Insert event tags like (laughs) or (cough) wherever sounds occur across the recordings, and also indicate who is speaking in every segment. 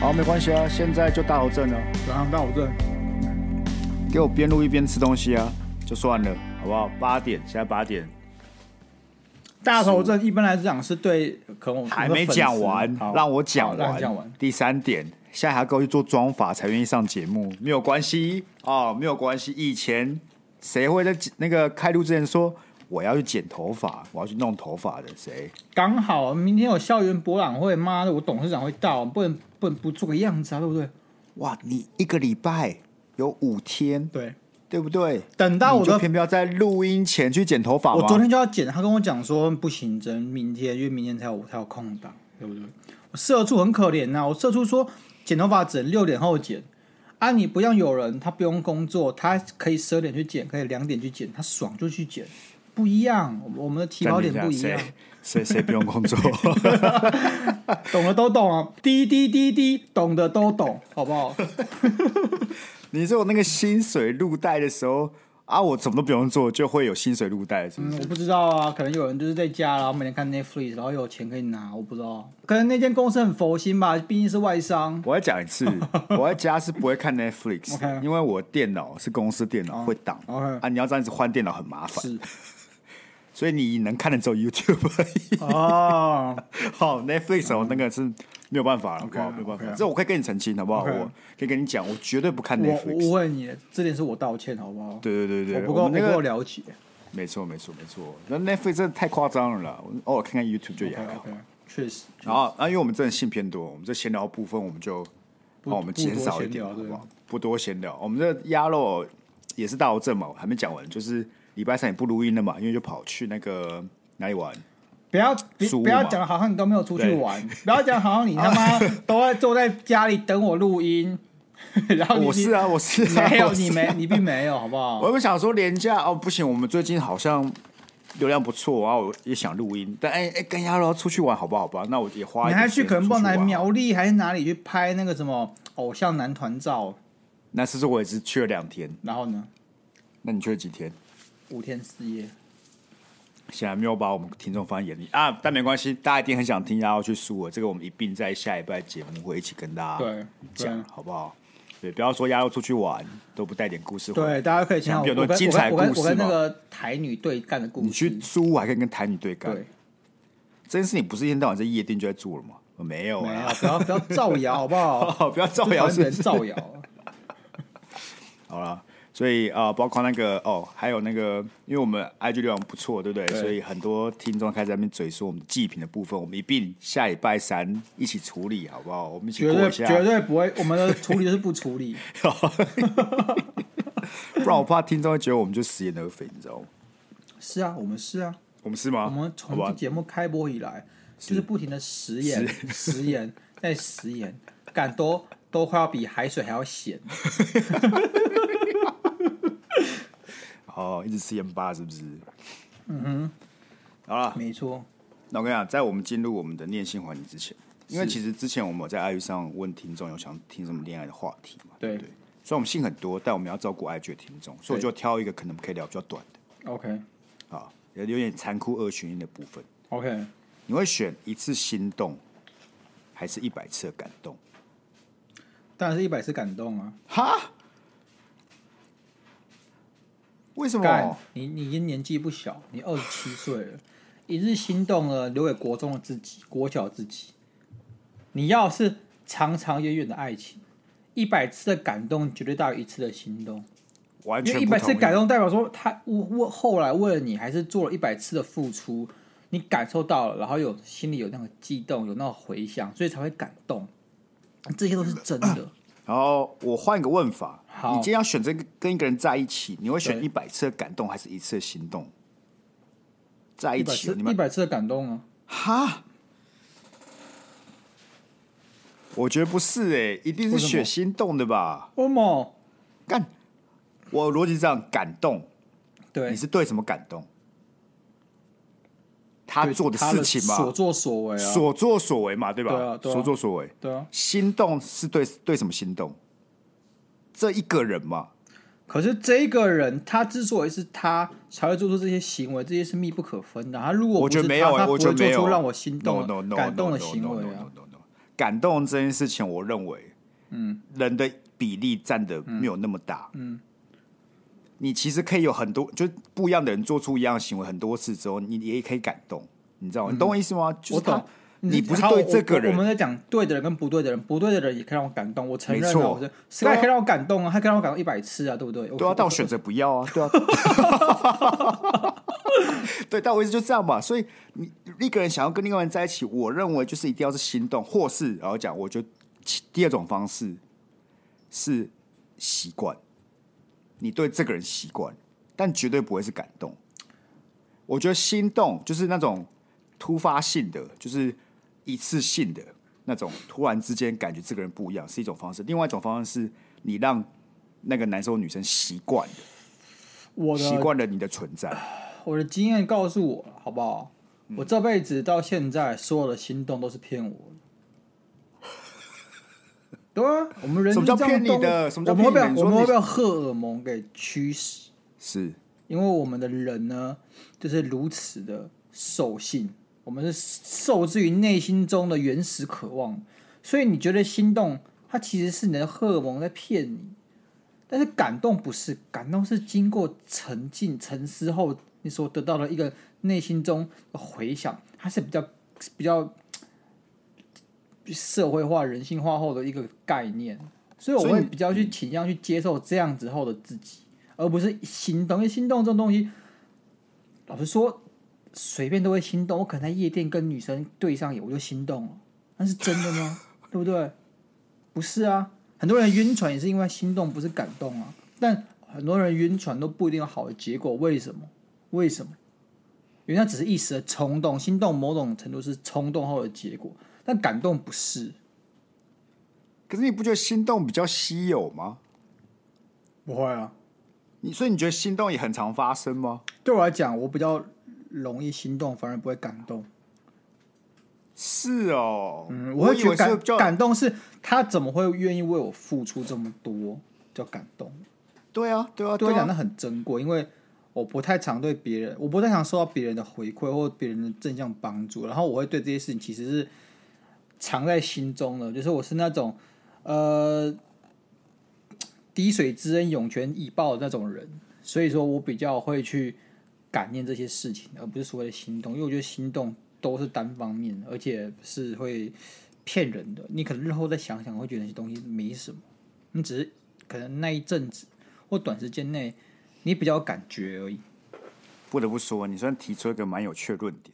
Speaker 1: 好，没关系啊，现在就大头症了，
Speaker 2: 转行到我这，
Speaker 1: 给我边录一边吃东西啊，就算了，好不好？八点，现在八点
Speaker 2: 大头症一般来讲是对可能
Speaker 1: 还没讲完，让我讲
Speaker 2: 让
Speaker 1: 完。
Speaker 2: 你讲完。
Speaker 1: 第三点，现在还要给我去做妆法才愿意上节目，没有关系哦，没有关系。以前谁会在那个开录之前说我要去剪头发，我要去弄头发的？谁？
Speaker 2: 刚好明天有校园博览会，妈的，我董事长会到，不能不能不做个样子啊，对不对？
Speaker 1: 哇，你一个礼拜有五天，
Speaker 2: 对，
Speaker 1: 对不对？
Speaker 2: 等到我
Speaker 1: 你就
Speaker 2: 的
Speaker 1: 偏偏啊要在录音前去剪头发吗？
Speaker 2: 我昨天就要剪，他跟我讲说不行，只能明天，因为明天才有才有空档，对不对？我社畜很可怜呐、我社畜说剪头发只能六点后剪，啊，你不像有人他不用工作，他可以十二点去剪，可以两点去剪，他爽就去剪，不一样，我我们的起跑点不一样，
Speaker 1: 谁谁谁不用工
Speaker 2: (laughs)
Speaker 1: 作？
Speaker 2: 懂的都懂啊，滴滴滴滴，懂的都懂，好不好？ (laughs)
Speaker 1: 你说我那个薪水入袋的时候啊，我什么都不用做，就会有薪水入袋，是不
Speaker 2: 嗯 (laughs)
Speaker 1: 是？
Speaker 2: 我不知道啊，可能有人就是在家，然后每天看 Netflix，然后有钱可以拿，我不知道，可能那间公司很佛心吧，毕竟是外商。
Speaker 1: (laughs) 我再讲一次，我在家是不会看 Netflix，
Speaker 2: OK
Speaker 1: 因为我电脑是公司电脑会挡
Speaker 2: OK
Speaker 1: 啊，你要这样子换电脑很麻烦，
Speaker 2: 是
Speaker 1: (laughs) 所以你能看的只有 YouTube 而已。啊
Speaker 2: 哦，
Speaker 1: 好，Netflix
Speaker 2: 嗯
Speaker 1: 哦我那个是没有办法了，好不好？没有办法，这我可以跟你澄清，好不好？
Speaker 2: OK
Speaker 1: 我可以跟你讲，我绝对不看
Speaker 2: 我我
Speaker 1: Netflix。
Speaker 2: 问你，这点是我道歉，好不好？
Speaker 1: 对对对
Speaker 2: 我
Speaker 1: 对，
Speaker 2: 不够，
Speaker 1: 我
Speaker 2: 我
Speaker 1: 们
Speaker 2: 不
Speaker 1: 那
Speaker 2: 够
Speaker 1: 个
Speaker 2: 了解。
Speaker 1: 没错没错没错，那 Netflix 真的太夸张了啦，我偶尔看看 YouTube 就也
Speaker 2: OK
Speaker 1: 还好
Speaker 2: OK，。确实。
Speaker 1: 然后，啊，因为我们真的信偏多，我们这闲聊部分我们就帮我们减少一点，好
Speaker 2: 不多闲
Speaker 1: 不
Speaker 2: 聊
Speaker 1: 好？不多闲聊。我们这鸭肉也是大头症嘛，我还没讲完，就是礼拜三也不录音了嘛，因为就跑去那个哪里玩，
Speaker 2: 不要别
Speaker 1: 输
Speaker 2: 不要
Speaker 1: 嘛
Speaker 2: 讲，好像你都没有出去
Speaker 1: 对
Speaker 2: 玩，不要讲好像你
Speaker 1: (laughs)
Speaker 2: 他妈都在坐在家里等我录音， (laughs) 然后你
Speaker 1: 我是啊，我是啊、
Speaker 2: 没有
Speaker 1: 我是
Speaker 2: 你
Speaker 1: 啊
Speaker 2: 没你并没有，好不好？
Speaker 1: 我们想说廉价哦，不行，我们最近好像流量不错，然后我也想录音，但哎哎，跟鸭肉出去玩好不好？好吧，那我也花
Speaker 2: 你
Speaker 1: 一
Speaker 2: 还
Speaker 1: 点
Speaker 2: 去
Speaker 1: 钱
Speaker 2: 可能不
Speaker 1: 出
Speaker 2: 知道哪
Speaker 1: 玩
Speaker 2: 里苗栗还是哪里去拍那个什么偶像男团照，
Speaker 1: 那次是我也是去了两天，
Speaker 2: 然后呢
Speaker 1: 那你去了几天？
Speaker 2: 五天四夜，
Speaker 1: 显然没有把我们听众放在眼里啊，但没关系，大家一定很想听然后去输了，这个我们一并在下一拜节目会一起跟大家
Speaker 2: 对
Speaker 1: 讲，好不好？对，不要说鸭肉出去玩都不带点故事回来
Speaker 2: 对，大家可以
Speaker 1: 想
Speaker 2: 想想
Speaker 1: 必
Speaker 2: 我
Speaker 1: 有
Speaker 2: 跟
Speaker 1: 多
Speaker 2: 我跟
Speaker 1: 精彩
Speaker 2: 我跟
Speaker 1: 故事
Speaker 2: 我跟那
Speaker 1: 嘛
Speaker 2: 个台女对干的故
Speaker 1: 你
Speaker 2: 事
Speaker 1: 去，苏还可以跟台女对干，
Speaker 2: 对。
Speaker 1: 这件事情不是一天到晚在夜店就在做了吗？我没有
Speaker 2: 没有啊
Speaker 1: 啊，，
Speaker 2: 不要不要造谣，好不
Speaker 1: (laughs)
Speaker 2: 好？
Speaker 1: 不要造谣
Speaker 2: 这 (laughs)
Speaker 1: 是
Speaker 2: 团
Speaker 1: 不
Speaker 2: 人
Speaker 1: 是
Speaker 2: 造谣。
Speaker 1: 好了。所以啊、呃包括那个哦，还有那个，因为我们 IG 流量不错，对不对？
Speaker 2: 对
Speaker 1: 所以很多听众开始在那边嘴说我们的祭品的部分，我们一并下礼拜三一起处理，好不好？我们一起
Speaker 2: 绝
Speaker 1: 过
Speaker 2: 对
Speaker 1: 一下，
Speaker 2: 绝对不会，我们的处理就是不处理。
Speaker 1: (laughs) 不然我怕听众会觉得我们就食言而肥，你知道吗？
Speaker 2: 是啊，我们是啊，
Speaker 1: 我们是吗？
Speaker 2: 我们
Speaker 1: 好
Speaker 2: 从
Speaker 1: 吧
Speaker 2: 这，节目开播以来，就是不停的食言、食言、再食言，敢都都快要比海水还要咸。
Speaker 1: 哦，一直吃盐巴是不是？嗯哼，好了，
Speaker 2: 没错，
Speaker 1: 那我跟你讲，在我们进入我们的念心环节之前，因为其实之前我们有在 IG 上问听众有想听什么恋爱的话题嘛，
Speaker 2: 对
Speaker 1: 对不对。虽然我们信很多，但我们要照顾 IG 的听众，所以我就挑一个可能可以聊比较短的
Speaker 2: OK
Speaker 1: 啊，有有点残酷二选一的部分。
Speaker 2: OK，
Speaker 1: 你会选一次心动，还是一百次的感动？
Speaker 2: 当然是一百次感动啊！
Speaker 1: 哈？为什
Speaker 2: 干
Speaker 1: 么？，
Speaker 2: 你你已经年纪不小，你二十七岁了，一日心动了，留给国中的自己，国小自己。你要是长长远远的爱情，一百次的感动绝对大于一次的心动，
Speaker 1: 完
Speaker 2: 因
Speaker 1: 全不
Speaker 2: 为一百次
Speaker 1: 同意
Speaker 2: 感动代表说他为后来为了你还是做了一百次的付出，你感受到了，然后有心里有那个悸动，有那个回响，所以才会感动，这些都是真的。
Speaker 1: (coughs) 然后我换一个问法，
Speaker 2: 好
Speaker 1: 你今天要选择跟一个人在一起，你会选
Speaker 2: 对
Speaker 1: 一百次的感动还是一次的心动？在
Speaker 2: 一
Speaker 1: 一
Speaker 2: 百
Speaker 1: 起，
Speaker 2: 次
Speaker 1: 哎你
Speaker 2: 一
Speaker 1: 们
Speaker 2: 百次的感动啊！
Speaker 1: 哈？我觉得不是哎、一定是
Speaker 2: 为什么
Speaker 1: 选心动的吧？
Speaker 2: 哦莫，
Speaker 1: 干，我的逻辑是这样，感动
Speaker 2: 对
Speaker 1: 你，是对什么感动？他
Speaker 2: 对
Speaker 1: 做的事情嘛，
Speaker 2: 所作所为啊，
Speaker 1: 所作所为嘛，对吧？
Speaker 2: 对啊对啊
Speaker 1: 所作所为，
Speaker 2: 对啊。
Speaker 1: 心动是对对什么心动？这一个人嘛，
Speaker 2: 可是这个人他之所以是他，才会做出这些行为，这些是密不可分的。他如果
Speaker 1: 我
Speaker 2: 不
Speaker 1: 觉得
Speaker 2: 是
Speaker 1: 没
Speaker 2: 他
Speaker 1: 有、欸，
Speaker 2: 他
Speaker 1: 我
Speaker 2: 不
Speaker 1: 觉
Speaker 2: 会
Speaker 1: 得没
Speaker 2: 做
Speaker 1: 有
Speaker 2: 出让我心动啊
Speaker 1: no, no, no,
Speaker 2: 感动的
Speaker 1: no, no,
Speaker 2: 行为
Speaker 1: no, no,
Speaker 2: 啊
Speaker 1: no, no, no. 感动这件事情，我认为，嗯，人的比例占的没有那么大，嗯。你其实可以有很多，就是不一样的人做出一样的行为很多次之后，你也可以感动，你知道吗？你懂我意思吗？就是
Speaker 2: 嗯我
Speaker 1: 他
Speaker 2: 懂，
Speaker 1: 你不是
Speaker 2: 好
Speaker 1: 对
Speaker 2: 我
Speaker 1: 这个
Speaker 2: 我
Speaker 1: 人
Speaker 2: 我们在讲对的人跟不对的人，不对的人也可以让我感动，我承认
Speaker 1: 没
Speaker 2: 啊，
Speaker 1: 错
Speaker 2: 我
Speaker 1: 对
Speaker 2: 是
Speaker 1: 啊
Speaker 2: Sky 可以让我感动啊，他可以让我感动一百次啊，对不对？
Speaker 1: 对啊，但我选择不要啊，对啊，啊对，但我意思就这样吧。所以你一个人想要跟另外一个人在一起，我认为就是一定要是心动，或是然后讲，我觉得其第二种方式是习惯，你对这个人习惯，但绝对不会是感动。我觉得心动就是那种突发性的，就是一次性的那种，突然之间感觉这个人不一样，是一种方式。另外一种方式是你让那个男生或女生习惯了，
Speaker 2: 我
Speaker 1: 习
Speaker 2: 的
Speaker 1: 惯了你的存在。
Speaker 2: 我的经验告诉我，好不好？
Speaker 1: 嗯
Speaker 2: 我这辈子到现在所有的心动都是骗我的。对啊，我们人
Speaker 1: 什么叫
Speaker 2: 是这
Speaker 1: 骗
Speaker 2: 样
Speaker 1: 你
Speaker 2: 动物
Speaker 1: 的什么叫
Speaker 2: 我们会被
Speaker 1: 骗你的你
Speaker 2: 我们
Speaker 1: 说
Speaker 2: 会
Speaker 1: 你
Speaker 2: 被荷尔蒙给驱使，
Speaker 1: 是，
Speaker 2: 因为我们的人呢，就是如此的兽性，我们是受制于内心中的原始渴望，所以你觉得心动，它其实是你的荷尔蒙在骗你，但是感动不是，感动是经过沉浸沉思后，你所得到的一个内心中的回响，它是比较比较社会化、人性化后的一个概念，所以我
Speaker 1: 所以
Speaker 2: 会
Speaker 1: 你
Speaker 2: 比较去倾向去接受这样子后的自己，而不是心动。因为心动这种东西，老实说，随便都会心动。我可能在夜店跟女生对上眼，我就心动了，那是真的吗？对不对？不是啊，很多人晕船也是因为心动，不是感动啊。但很多人晕船都不一定有好的结果，为什么？为什么？因为那只是一时的冲动，心动某种程度是冲动后的结果，但感动不是。
Speaker 1: 可是你不觉得心动比较稀有吗？
Speaker 2: 不会啊，
Speaker 1: 你所以你觉得心动也很常发生吗？
Speaker 2: 对我来讲，我比较容易心动，反而不会感动。
Speaker 1: 是哦，
Speaker 2: 嗯，
Speaker 1: 我
Speaker 2: 会
Speaker 1: 以
Speaker 2: 觉
Speaker 1: 为
Speaker 2: 得
Speaker 1: 是
Speaker 2: 感
Speaker 1: 比较
Speaker 2: 感动是他怎么会愿意为我付出这么多，叫感动。
Speaker 1: 对啊，对啊，
Speaker 2: 对
Speaker 1: 对
Speaker 2: 我来讲
Speaker 1: 啊，
Speaker 2: 那很珍贵，因为我不太常对别人，我不太常收到别人的回馈或别人的正向帮助，然后我会对这些事情其实是藏在心中的，就是我是那种呃滴水之恩涌泉以报的那种人，所以说我比较会去感念这些事情，而不是所谓的心动，因为我觉得心动都是单方面的，而且是会骗人的。你可能日后再想想，会觉得那些东西没什么，你只是可能那一阵子或短时间内你比较有感觉而已。
Speaker 1: 不得不说，你算提出一个蛮有趣的论点。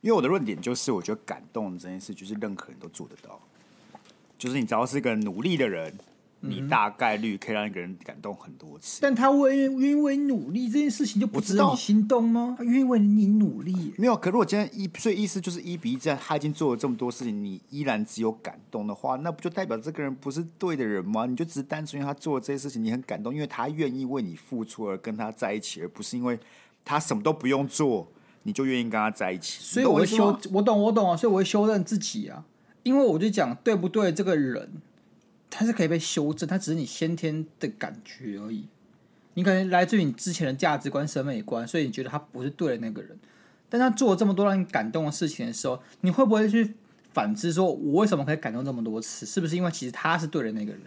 Speaker 1: 因为我的论点就是，我觉得感动这件事，就是任何人都做得到。就是你只要是个努力的人，
Speaker 2: 嗯
Speaker 1: 你大概率可以让一个人感动很多次。
Speaker 2: 但他为因为努力这件事情就不
Speaker 1: 我知
Speaker 2: 值得
Speaker 1: 道
Speaker 2: 你心动吗？他因为你努力，
Speaker 1: 没有，可如果今天一，所以意思就是一比一，这样他已经做了这么多事情，你依然只有感动的话，那不就代表这个人不是对的人吗？你就只是单纯因为他做了这些事情，你很感动，因为他愿意为你付出而跟他在一起，而不是因为他什么都不用做，你就愿意跟他在一起。
Speaker 2: 所
Speaker 1: 你
Speaker 2: 以
Speaker 1: 懂我
Speaker 2: 我会
Speaker 1: 意思
Speaker 2: 修
Speaker 1: 吗，
Speaker 2: 我懂我懂啊，所以我会修正自己啊，因为我就讲对不对，这个人他是可以被修正，他只是你先天的感觉而已。你可能来自于你之前的价值观、审美观，所以你觉得他不是对的那个人。但他做了这么多让你感动的事情的时候，你会不会去反思，说我为什么可以感动这么多次？是不是因为其实他是对的那个人？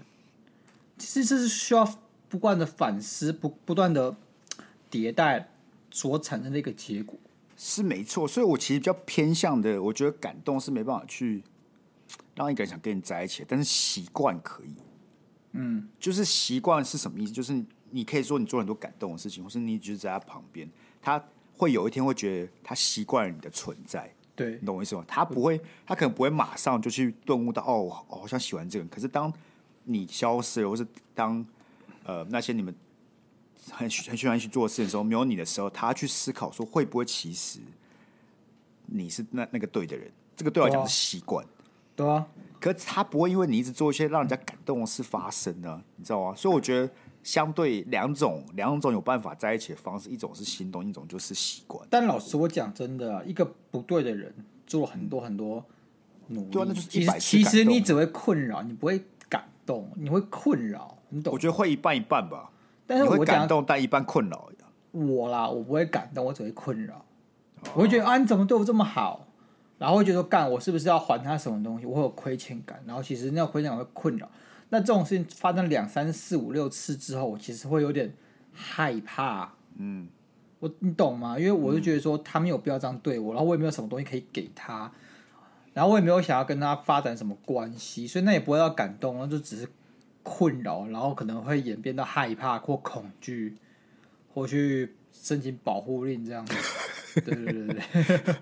Speaker 2: 其实这是需要不断的反思、不不断的迭代所产生的一个结果。
Speaker 1: 是没错，所以我其实比较偏向的，我觉得感动是没办法去让一个人想跟你在一起，但是习惯可以。嗯，就是习惯是什么意思？就是你可以说你做很多感动的事情，或是你就是在他旁边，他会有一天会觉得他习惯了你的存在，
Speaker 2: 对
Speaker 1: 你，懂我意思吗？他不会，他可能不会马上就去顿悟到哦，我好像喜欢这个人。可是当你消失了，或是当呃那些你们很喜很喜欢去做的事情的时候，没有你的时候，他去思考说会不会其实你是那那个对的人。这个对我来讲
Speaker 2: 哇
Speaker 1: 是习惯，
Speaker 2: 对啊，
Speaker 1: 可是他不会因为你一直做一些让人家感动的事发生呢、你知道吗？所以我觉得相对两种两种有办法在一起的方式，一种是行动，一种就是习惯。
Speaker 2: 但老实我讲，真的啊，一个不对的人做了很多很多努力，
Speaker 1: 对啊那就是
Speaker 2: 其
Speaker 1: 100次
Speaker 2: 实其实
Speaker 1: 感动啊
Speaker 2: 你只会困扰，你不会感动，你会困扰，你懂
Speaker 1: 我？觉得会一半一半吧。
Speaker 2: 但
Speaker 1: 你
Speaker 2: 是
Speaker 1: 会
Speaker 2: 我
Speaker 1: 感
Speaker 2: 讲
Speaker 1: 动，但一般困扰。啊
Speaker 2: 我啦，我不会感动，我只会困扰。我会觉得啊，你怎么对我这么好？然后会觉得干，我是不是要还他什么东西？我会有亏欠感，然后其实那个亏欠感会困扰。那这种事情发生两三四五六次之后，我其实会有点害怕。
Speaker 1: 嗯，
Speaker 2: 我你懂吗？因为我就觉得说他没有必要这样对我，然后我也没有什么东西可以给他，然后我也没有想要跟他发展什么关系，所以那也不会到感动，那就只是困扰，然后可能会演变到害怕或恐惧，或去申请保护令这样子。对对对对，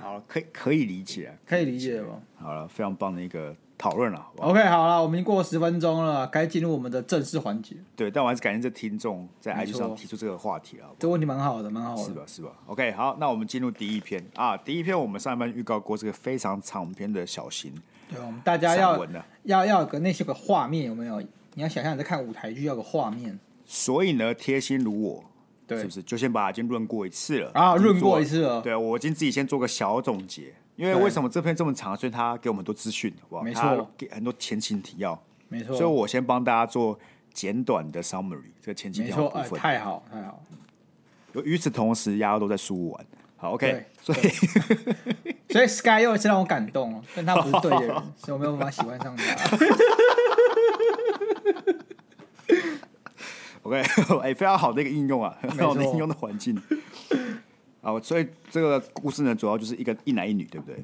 Speaker 1: 好了，可以可以理解。
Speaker 2: 可以理解吧
Speaker 1: 好了，非常棒的一个讨论了，好不好？
Speaker 2: ？OK，好了，我们已经过了十分钟了，该进入我们的正式环节。
Speaker 1: 对，但我还是感谢这听众在
Speaker 2: 没
Speaker 1: IG
Speaker 2: 错
Speaker 1: 上提出这个话题了，好不
Speaker 2: 这问题蛮好的，蛮好
Speaker 1: 好？是
Speaker 2: 的。
Speaker 1: 吧？是吧？OK，好，那我们进入第一篇啊，第一篇我们上一班预告过这个非常长篇的小型
Speaker 2: 对，我们大家
Speaker 1: 散
Speaker 2: 要
Speaker 1: 文了，啊
Speaker 2: 要要有个那些个画面有没有？你要想象你在看舞台剧，要有个画面。
Speaker 1: 所以呢，贴心如我，
Speaker 2: 对
Speaker 1: 是不是就先把它已经论过一次了
Speaker 2: 啊，
Speaker 1: 已经
Speaker 2: 润
Speaker 1: 做
Speaker 2: 过一次了。
Speaker 1: 对，我已经自己先做个小总结，因为
Speaker 2: 对
Speaker 1: 为什么这篇这么长，所以他给我们很多资讯，好不好？
Speaker 2: 没错
Speaker 1: 他给很多前情提要，
Speaker 2: 没错，
Speaker 1: 所以我先帮大家做简短的 summary，这个前情
Speaker 2: 没
Speaker 1: 提要的
Speaker 2: 错，
Speaker 1: 部
Speaker 2: 哎，
Speaker 1: 分。
Speaker 2: 太好太好。
Speaker 1: 有与此同时，丫丫都在输完。好，OK，所
Speaker 2: 对
Speaker 1: 以
Speaker 2: 所以 Sky 又是让我感动了，但他不是对的
Speaker 1: (laughs)
Speaker 2: 人，所以我没有办法喜欢上他。
Speaker 1: (laughs) OK，哎， (laughs) 非常好的一个应
Speaker 2: (laughs)
Speaker 1: 用啊，很好的
Speaker 2: 没错
Speaker 1: 应用的环境。好，所以这个故事呢，主要就是一个一男一女，对不对？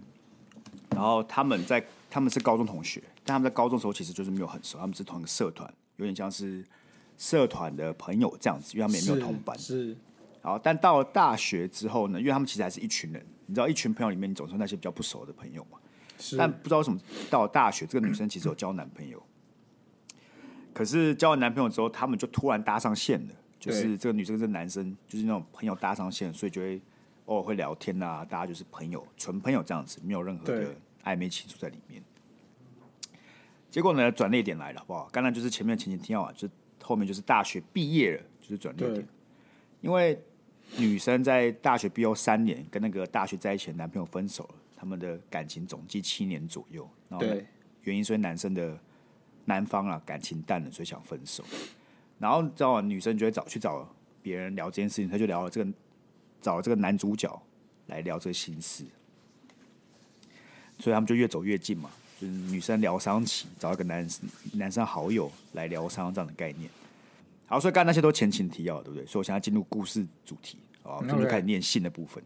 Speaker 1: 然后他们在他们是高中同学，但他们在高中的时候其实就是没有很熟，他们是同一个社团，有点像是社团的朋友这样子，因为他们也没有同班。
Speaker 2: 是
Speaker 1: 好，但到了大学之后呢，因为他们其实还是一群人，你知道，一群朋友里面，你总是有那些比较不熟的朋友嘛。
Speaker 2: 是
Speaker 1: 但不知道为什么，到了大学，这个女生其实有交男朋友，可是交完男朋友之后，他们就突然搭上线了。就
Speaker 2: 对
Speaker 1: 是这个女生跟这个男生，就是那种朋友搭上线，所以就会偶尔会聊天啊，大家就是朋友，纯朋友这样子，没有任何
Speaker 2: 对
Speaker 1: 的暧昧情愫在里面。结果呢，转捩点来了，好不好？刚才就是前面前情提要啊，就是后面就是大学毕业了，就是转捩
Speaker 2: 对
Speaker 1: 点。因为女生在大学毕业后三年，跟那个大学在一起的男朋友分手了，他们的感情总计七年左右。然后呢
Speaker 2: 对
Speaker 1: 原因，所以男生的男方啊感情淡了，所以想分手。然后你知道吗女生就会找去找别人聊这件事情，她就聊了这个找了这个男主角来聊这个心事，所以他们就越走越近嘛，就是女生疗伤期，找一个男男生好友来疗伤这样的概念。好，所以刚才那些都前情提要，对不对？所以我现在进入故事主题，哦好，我
Speaker 2: 嗯
Speaker 1: 们就
Speaker 2: OK
Speaker 1: 开始念信的部分。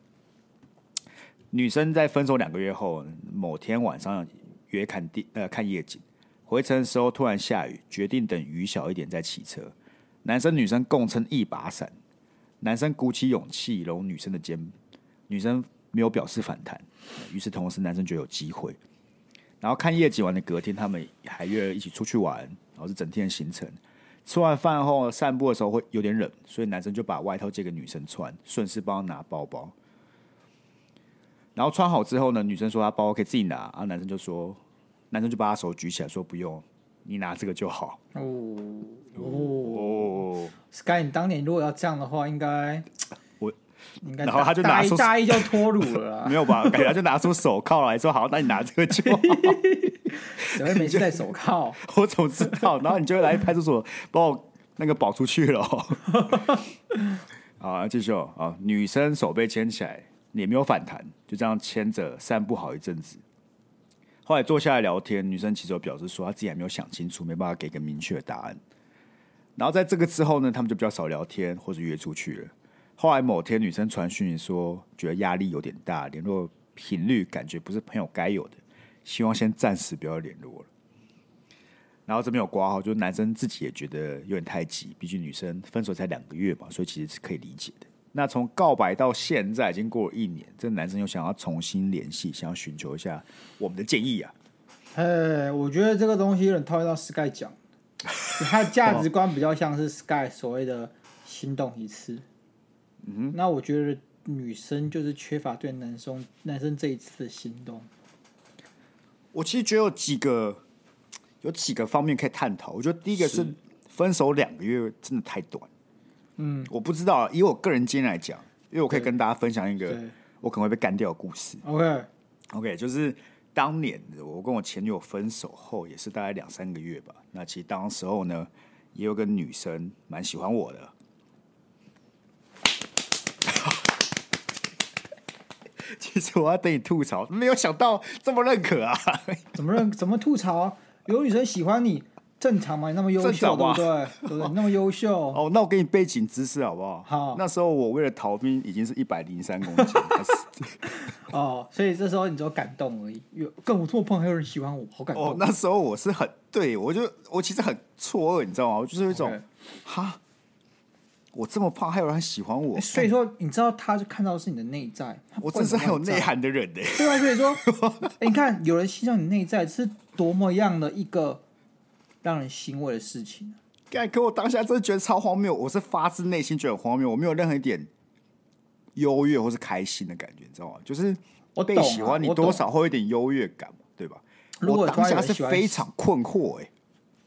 Speaker 1: 女生在分手两个月后，某天晚上约看地呃看夜景，回程的时候突然下雨，决定等雨小一点再骑车。男生女生共撑一把伞，男生鼓起勇气搂女生的肩，女生没有表示反弹，于是同时男生觉得有机会。然后看夜景完的隔天，他们还约了一起出去玩，然后是整天的行程。吃完饭后散步的时候会有点冷，所以男生就把外套借给女生穿，顺势帮她拿包包。然后穿好之后呢，女生说她包包可以自己拿，然后男生就说，男生就把她手举起来说不用，你拿这个就好。
Speaker 2: 哦哦
Speaker 1: 哦，
Speaker 2: ，Sky，你当年如果要这样的话，应该
Speaker 1: 我
Speaker 2: 应该
Speaker 1: 然后他就
Speaker 2: 大
Speaker 1: 拿
Speaker 2: 一
Speaker 1: 出
Speaker 2: 大一就脱乳了啦
Speaker 1: (laughs) 没，有吧？感觉他就拿出手铐来说好，那你拿这个就好。
Speaker 2: 只会每次戴手铐。
Speaker 1: 我怎么知道？然后你就会来派出所把我那个保出去了哦。好，啊继续哦。啊，女生手被牵起来，也没有反弹，就这样牵着散步好一阵子。后来坐下来聊天，女生其实有表示说她自己还没有想清楚，没办法给个明确的答案。然后在这个之后呢，他们就比较少聊天或者约出去了。后来某天，女生传讯息说觉得压力有点大，联络频率感觉不是朋友该有的，希望先暂时不要联络了。然后这边有挂号，就是男生自己也觉得有点太急，毕竟女生分手才两个月嘛，所以其实是可以理解的。那从告白到现在已经过了一年，这男生又想要重新联系，想要寻求一下我们的建议啊。
Speaker 2: 哎，我觉得这个东西有点套用到 Sky 讲的，他的价值观比较像是 Sky 所谓的心动一次。嗯，那我觉得女生就是缺乏对男生男生这一次的心动。
Speaker 1: 我其实觉得有几个有几个方面可以探讨。我觉得第一个是分手两个月真的太短。嗯，我不知道啊，以我个人经验来讲，因为我可以跟大家分享一个
Speaker 2: 对
Speaker 1: 我可能会被干掉的故事。
Speaker 2: OK，
Speaker 1: OK，就是当年我跟我前女友分手后，也是大概两三个月吧。那其实当时候呢，也有个女生蛮喜欢我的。 (laughs) 其实我要等你吐槽，没有想到这么认可啊！ (laughs)
Speaker 2: 怎么认？怎么吐槽？有女生喜欢你，正常嘛？你那么优
Speaker 1: 正常
Speaker 2: 秀，对
Speaker 1: 吧
Speaker 2: 不对？对不对？你那么优
Speaker 1: (laughs)
Speaker 2: 秀，
Speaker 1: 哦，那我给你背景知识好不好？
Speaker 2: 好
Speaker 1: 那时候我为了逃兵已经是一百零三公
Speaker 2: (laughs)
Speaker 1: 斤，还是
Speaker 2: 哦，所以这时候你只有感动而已。有跟我这么胖还有人喜欢我，好感
Speaker 1: 哦
Speaker 2: 动。，
Speaker 1: 那时候我是很对我就我其实很错愕，你知道吗？我就是有一种
Speaker 2: OK
Speaker 1: 哈，我这么胖还有人喜欢我，
Speaker 2: 所以说，你知道他就看到的是你的内在，他
Speaker 1: 我
Speaker 2: 不管
Speaker 1: 真是
Speaker 2: 你
Speaker 1: 很有
Speaker 2: 外
Speaker 1: 内
Speaker 2: 在。
Speaker 1: 涵的人呢、欸
Speaker 2: 对啊，所以说， (laughs) 哎你看有人欣赏你内在是多么样的一个让人欣慰的事
Speaker 1: (laughs)
Speaker 2: 情。啊
Speaker 1: 干，可我当下真的觉得超荒谬，我是发自内心觉得很荒谬，我没有任何一点优越或是开心的感觉，你知道吗？就是
Speaker 2: 我
Speaker 1: 被
Speaker 2: 懂啊
Speaker 1: 喜欢，你
Speaker 2: 我
Speaker 1: 多
Speaker 2: 懂
Speaker 1: 少会有一点优越感嘛，对吧？
Speaker 2: 如果
Speaker 1: 我
Speaker 2: 突
Speaker 1: 当
Speaker 2: 然
Speaker 1: 下
Speaker 2: 有人
Speaker 1: 是
Speaker 2: 喜欢
Speaker 1: 非常困惑、欸，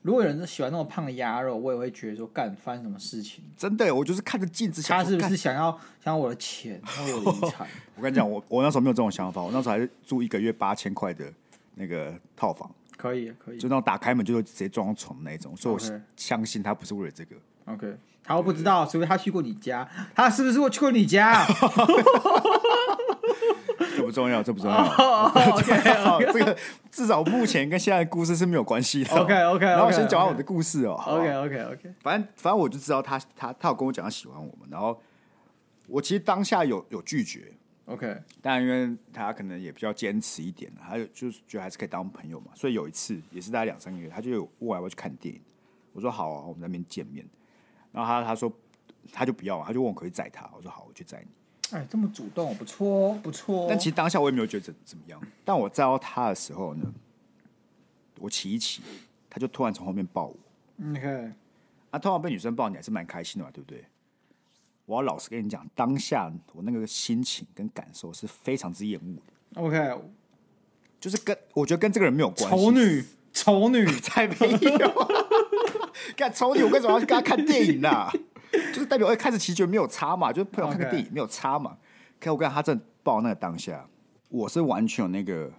Speaker 2: 如果有人是喜欢那种胖的鸭肉，我也会觉得说，干发生什么事情？
Speaker 1: 真的、欸我就是看着镜子想
Speaker 2: 他
Speaker 1: 说，
Speaker 2: 是不
Speaker 1: 干
Speaker 2: 是想要想要我的钱，想要我的遗
Speaker 1: (laughs)
Speaker 2: 产？
Speaker 1: 我跟你讲，我我那时候没有这种想法，我那时候还是住一个月八千块的那个套房，
Speaker 2: 可以，可以
Speaker 1: 就那种打开门就直接撞到床那一种，所以
Speaker 2: OK
Speaker 1: 我相信他不是为了这个。
Speaker 2: ，OK。他又不知道，除非他去过你家，他是不是我去过
Speaker 1: (laughs)
Speaker 2: 你家？
Speaker 1: 这不重要， (laughs) 这不重要。OK，这个至少目前跟现在的故事是没有关系的。哦 (laughs)
Speaker 2: OK，OK，OK，
Speaker 1: 然后我先讲完我的故事哦。好不好
Speaker 2: OK OK OK，
Speaker 1: 反正反正我就知道他他他有跟我讲他喜欢我们，然后我其实当下有有拒绝，
Speaker 2: OK，
Speaker 1: 但因为他可能也比较坚持一点，啊他就就是觉得还是可以当朋友嘛，所以有一次也是大概两三个月，他就有问我要不要去看电影，我说好啊，我们在那边见面，然后他他说他就不要嘛，他就问我可不可以载他，我说好，我去载你。
Speaker 2: 哎，这么主动，不错哦，不错哦。
Speaker 1: 但其实当下我也没有觉得怎怎么样，但我载到他的时候呢，我骑一骑，他就突然从后面抱我，
Speaker 2: OK，
Speaker 1: 啊，通常被女生抱你还是蛮开心的嘛，对不对？我要老实跟你讲，当下我那个心情跟感受是非常之厌恶的，
Speaker 2: OK，
Speaker 1: 就是跟我觉得跟这个人没有关系，
Speaker 2: 丑女，丑女，
Speaker 1: (laughs) 才没有。 (laughs) 干丑女，我为什么要去跟他看电影
Speaker 2: (laughs)
Speaker 1: 啦？就是代表哎，开始其实觉得没有差嘛，就是朋友看个
Speaker 2: OK
Speaker 1: 电影没有差嘛。可我跟他正抱那个当下，我是完全有那个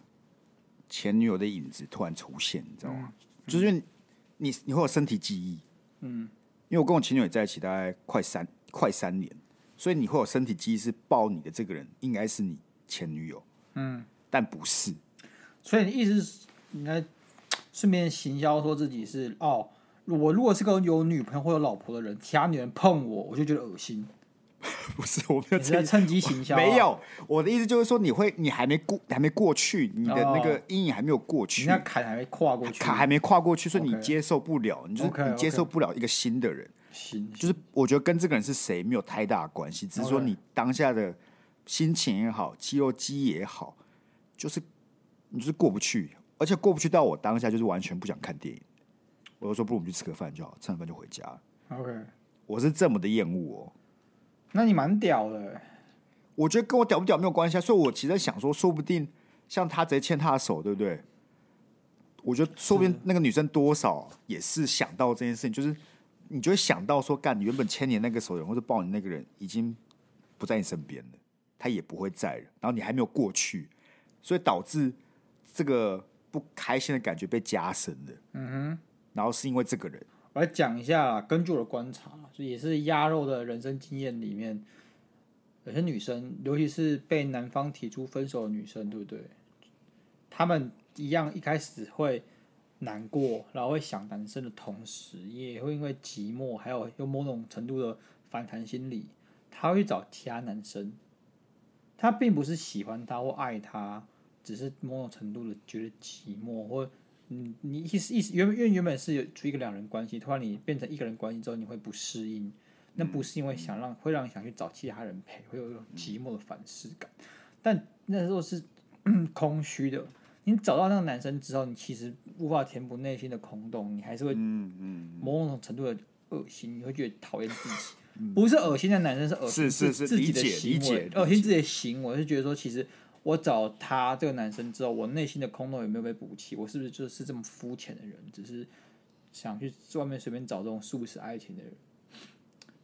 Speaker 1: 前女友的影子突然出现，你知道吗？就是因为你你你会有身体记忆，
Speaker 2: 嗯，
Speaker 1: 因为我跟我前女友在一起大概快三快三年，所以你会有身体记忆是抱你的这个人应该是你前女友，
Speaker 2: 嗯，
Speaker 1: 但不是。
Speaker 2: 所以你意思是你在顺便行销说自己是哦，我如果是个有女朋友或有老婆的人，其他女人碰我，我就觉得恶心。
Speaker 1: 不是，我没有
Speaker 2: 你是在趁机行销、啊
Speaker 1: 没，有，我的意思就是说，你会，你还没过，还没过去，你的那个阴影还没有过
Speaker 2: 哦你
Speaker 1: 去，
Speaker 2: 那坎还没跨过去。
Speaker 1: 卡还没跨过去，所以你
Speaker 2: OK
Speaker 1: 接受不了，你就是
Speaker 2: OK，
Speaker 1: 你接受不了一个新的人，
Speaker 2: 行，
Speaker 1: 就是我觉得跟这个人是谁没有太大的关系，只是说
Speaker 2: OK
Speaker 1: 你当下的心情也好，肌肉记忆也好，就是你就是过不去，而且过不去到我当下就是完全不想看电影，我就说不如我们去吃个饭就好，吃完饭就回家，
Speaker 2: OK，
Speaker 1: 我是这么的厌恶哦。
Speaker 2: 那你蛮屌的、欸
Speaker 1: 我觉得跟我屌不屌没有关系啊，所以我其实在想说，说不定像他直接牵他的手，对不对？我觉得说不定那个女生多少也是想到这件事情，就是你就会想到说，干你原本牵你的那个手的人或者抱你那个人已经不在你身边了，他也不会在了，然后你还没有过去，所以导致这个不开心的感觉被加深了。嗯哼，然后是因为这个人，
Speaker 2: 我来讲一下啦，根据我的观察啦，就也是鸭肉的人生经验里面，有些女生，尤其是被男方提出分手的女生，对不对？她们一样一开始会难过，然后会想男生的同时，也会因为寂寞，还有有某种程度的反弹心理，她会去找其他男生。她并不是喜欢他或爱他，只是某种程度的觉得寂寞或嗯，你意思意思原因为原本是有处于一个两人关系，突然你变成一个人关系之后，你会不适应，那不是因为想让会让你想去找其他人陪，会有一种寂寞的反噬感，但那时候是 (clears throat) 空虚的。你找到那个男生之后，你其实无法填补内心的空洞，你还是会
Speaker 1: 嗯嗯，
Speaker 2: 某种程度的恶心，你会觉得讨厌自己，不是恶心的男生，是恶心
Speaker 1: 嗯是是
Speaker 2: 自
Speaker 1: 是
Speaker 2: 自己的
Speaker 1: 理解
Speaker 2: 行
Speaker 1: 理解
Speaker 2: 为
Speaker 1: 理，解
Speaker 2: 恶心自己的行为，是觉得说，其实我找他这个男生之后，我内心的空洞有没有被补齐？我是不是就是这么肤浅的人，只是想去外面随便找这种素食爱情的人？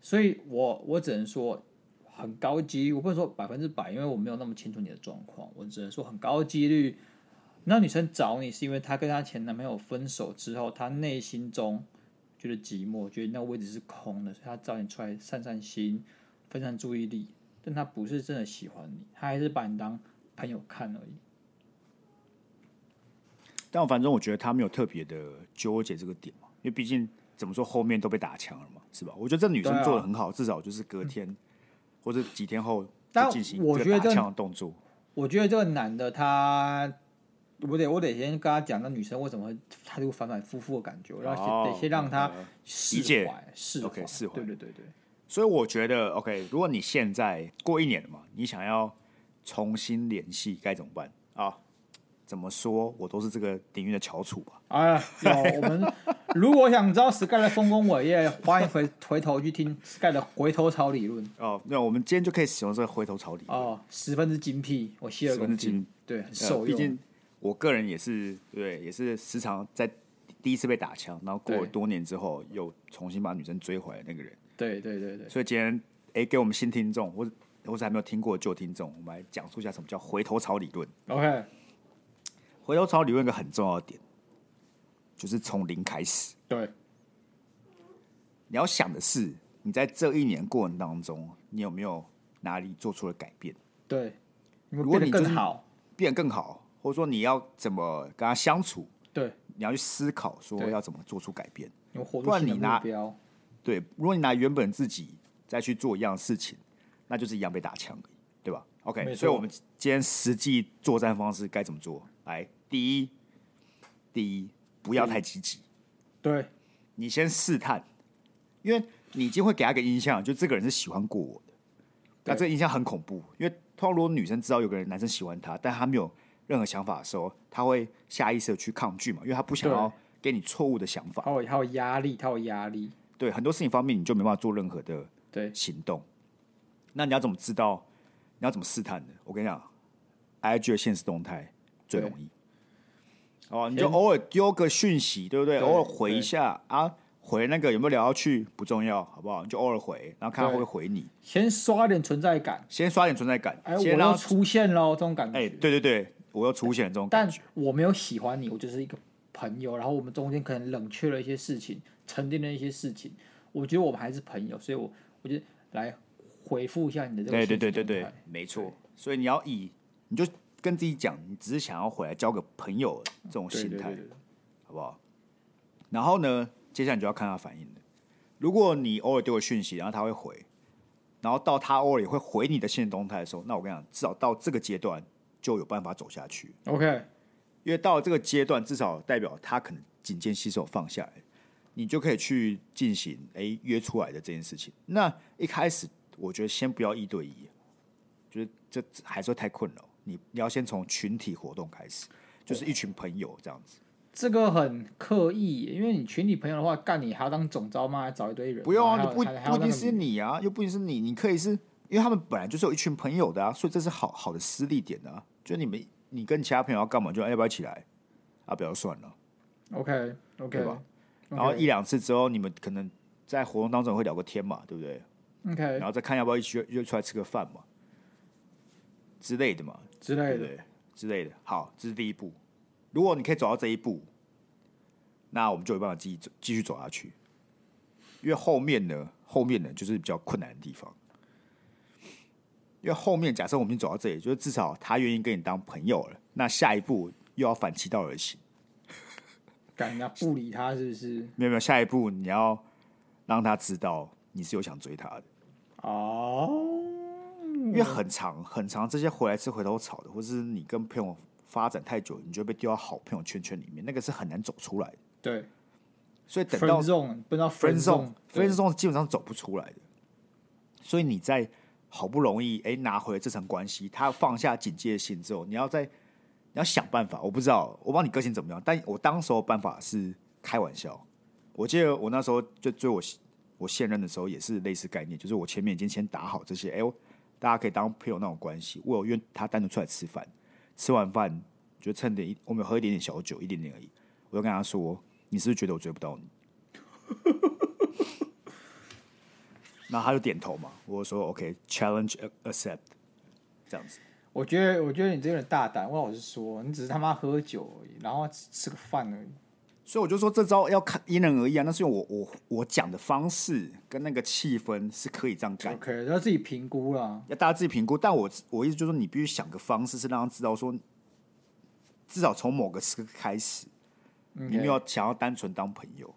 Speaker 2: 所以我我只能说很高几率，我不能说百分之百，因为我没有那么清楚你的状况，我只能说很高几率。那女生找你是因为她跟她前男朋友分手之后，她内心中觉得寂寞，觉得那个位置是空的，所以他找你出来散散心，分散注意力。但他不是真的喜欢你，他还是把你当朋友看而已。
Speaker 1: 但我反正我觉得他没有特别的纠结这个点嘛，因为毕竟怎么说后面都被打枪了嘛，是吧？我觉得这女生
Speaker 2: 对啊
Speaker 1: 做的很好，至少就是隔天、或者几天后
Speaker 2: (laughs) 但
Speaker 1: 就进行
Speaker 2: 我
Speaker 1: 这
Speaker 2: 觉
Speaker 1: 个
Speaker 2: 得
Speaker 1: 打枪的动作。
Speaker 2: 我觉得这个男的他，我得我得先跟他讲，那女生为什么态度反反复复的感觉，然后
Speaker 1: 哦
Speaker 2: 先得先让他
Speaker 1: 嗯
Speaker 2: 释
Speaker 1: 理解
Speaker 2: 怀，释
Speaker 1: OK，
Speaker 2: 怀，
Speaker 1: 释怀
Speaker 2: 对对对对，
Speaker 1: 所以我觉得，OK，如果你现在过一年了嘛，你想要重新联系，该怎么办啊？怎么说我都是这个领域的翘楚吧。
Speaker 2: 啊，有我们如果想知道 Sky 的丰功伟业，欢迎回回头去听 Sky 的回头草理论
Speaker 1: 哦，那我们今天就可以使用这个回头草理论，
Speaker 2: 哦，十分之精辟，我吸了
Speaker 1: 十分
Speaker 2: 个
Speaker 1: 之精
Speaker 2: 精，对，啊很
Speaker 1: 呃
Speaker 2: 受
Speaker 1: 毕
Speaker 2: 用
Speaker 1: 竟。我个人也是，对，也是时常在第一次被打枪，然后过了
Speaker 2: 对
Speaker 1: 多年之后又重新把女生追回来的那个人。
Speaker 2: 对对对对，
Speaker 1: 所以今天，哎，给我们新听众，或者或者还没有听过的旧听众，我们来讲述一下什么叫回头草理论。
Speaker 2: OK，
Speaker 1: 回头草理论有一个很重要的点，就是从零开始。
Speaker 2: 对，
Speaker 1: 你要想的是，你在这一年过程当中，你有没有哪里做出了改变，
Speaker 2: 对，你
Speaker 1: 如
Speaker 2: 会
Speaker 1: 果
Speaker 2: 变得
Speaker 1: 你就是
Speaker 2: 更好，
Speaker 1: 变得更好，或者说你要怎么跟他相处，
Speaker 2: 对，
Speaker 1: 你要去思考说
Speaker 2: 对
Speaker 1: 要怎么做出改变。
Speaker 2: 你会活
Speaker 1: 不
Speaker 2: 出
Speaker 1: 然
Speaker 2: 新的
Speaker 1: 你拿
Speaker 2: 目标。
Speaker 1: 对，如果你拿原本自己再去做一样的事情，那就是一样被打枪而已，对吧？OK，
Speaker 2: 没
Speaker 1: 所以
Speaker 2: 错
Speaker 1: 我们今天实际作战方式该怎么做？来，第一，第一，不要太积极，
Speaker 2: 对，
Speaker 1: 你先试探，因为你已经会给他一个印象，就这个人是喜欢过我的。那
Speaker 2: 对
Speaker 1: 这个印象很恐怖，因为通常如果女生知道有个人男生喜欢她，但她没有任何想法的时候，她会下意识的去抗拒嘛，因为她不想
Speaker 2: 对
Speaker 1: 要给你错误的想法。
Speaker 2: 他有他有压力，他有压力，
Speaker 1: 对很多事情方面，你就没办法做任何的
Speaker 2: 对，
Speaker 1: 行动。那你要怎么知道？你要怎么试探的？我跟你讲，IG 的现实动态最容易。哦，你就
Speaker 2: 先
Speaker 1: 偶尔丢个讯息，对不对？
Speaker 2: 对
Speaker 1: 偶尔回一下啊，回那个有没有聊到去不重要，好不好？你就偶尔回，然后看他会不会回你。
Speaker 2: 先刷点存在感。
Speaker 1: 先刷点存在感，
Speaker 2: 哎，我
Speaker 1: 先
Speaker 2: 要
Speaker 1: 让
Speaker 2: 出现喽，这种感觉。
Speaker 1: 哎，对对对，我又出现了这种感
Speaker 2: 但
Speaker 1: 觉。
Speaker 2: 我没有喜欢你，我就是一个朋友。然后我们中间可能冷却了一些事情，沉淀了一些事情。我觉得我们还是朋友，所以我我就来回复一下你的这个
Speaker 1: 对对对
Speaker 2: 信息
Speaker 1: 对对
Speaker 2: 状态，
Speaker 1: 没错。所以你要以，你就跟自己讲，你只是想要回来交个朋友这种
Speaker 2: 对
Speaker 1: 心
Speaker 2: 对
Speaker 1: 态
Speaker 2: 对，对
Speaker 1: 好不好？然后呢，接下来你就要看他反应了。如果你偶尔丢个讯息，然后他会回，然后到他偶尔也会回你的现实动态的时候，那我跟你讲，至少到这个阶段就有办法走下去，
Speaker 2: 对 OK，
Speaker 1: 因为到了这个阶段，至少代表他可能警戒吸收放下来，你就可以去进行诶约出来的这件事情。那一开始我觉得先不要一对一，觉得这这还是会太困扰。你你要先从群体活动开始，就是一群朋友这样子。
Speaker 2: 这个很刻意耶，因为你群里朋友的话，干你还要当总招吗？还找一堆人，
Speaker 1: 不用啊，
Speaker 2: 然
Speaker 1: 你
Speaker 2: 后
Speaker 1: 不
Speaker 2: 还要还要
Speaker 1: 不一定
Speaker 2: 那
Speaker 1: 是
Speaker 2: 个
Speaker 1: 你啊，又不一定是你，你可以是因为他们本来就是有一群朋友的啊，所以这是好好的私利点啊。就你们，你跟其他朋友要干嘛，就哎要不要一起来啊？不要算了。
Speaker 2: OK OK
Speaker 1: 对吧然后一两次之后，你们可能在活动当中会聊个天嘛，对不对？
Speaker 2: OK
Speaker 1: 然后再看要不要一起约约出来吃个饭嘛之类的嘛，
Speaker 2: 之
Speaker 1: 对
Speaker 2: 类
Speaker 1: 不
Speaker 2: 的，
Speaker 1: 对？之类的。好，这是第一步。如果你可以走到这一步，那我们就有办法继续走继续走下去。因为后面呢，后面呢就是比较困难的地方。因为后面假设我们已经走到这里，就是至少他愿意跟你当朋友了，那下一步又要反其道而行。
Speaker 2: 干人家不理他是不是？
Speaker 1: 没有没有，下一步你要让他知道你是有想追他的。
Speaker 2: 哦，
Speaker 1: 因为很长很长，这些回来吃回头草的，或是你跟朋友发展太久，你就会被丢到好朋友圈圈里面，那个是很难走出来的。
Speaker 2: 对，
Speaker 1: 所以等到
Speaker 2: friend zone 不知道
Speaker 1: friend
Speaker 2: friend
Speaker 1: zone friend
Speaker 2: zone，friend
Speaker 1: zone 基本上走不出来的。所以你在好不容易哎、拿回了这层关系，他放下警戒心之后，你要在你要想办法。我不知道我帮你个性怎么样，但我当时候办法是开玩笑。我记得我那时候就追我我现任的时候也是类似概念，就是我前面已经先打好这些，哎、我大家可以当朋友那种关系。我有约他单独出来吃饭，吃完饭就趁点一我们有喝一点点小酒，一点点而已。我就跟他说：“你是不是觉得我追不到你？”然后他就点头嘛，我说 OK，challenge、accept，这样子。
Speaker 2: 我觉得，我觉得你这有点大胆。我老实说，你只是他妈喝酒而已，然后吃吃个饭而已。
Speaker 1: 所以我就说这招要看因人而异啊，那是用我我我讲的方式跟那个气氛是可以这样干的，
Speaker 2: OK，要自己评估啦。
Speaker 1: 要大家自己评估。但我我意思就是说，你必须想个方式是让他知道说，至少从某个时刻开始，你没有想要单纯当朋友，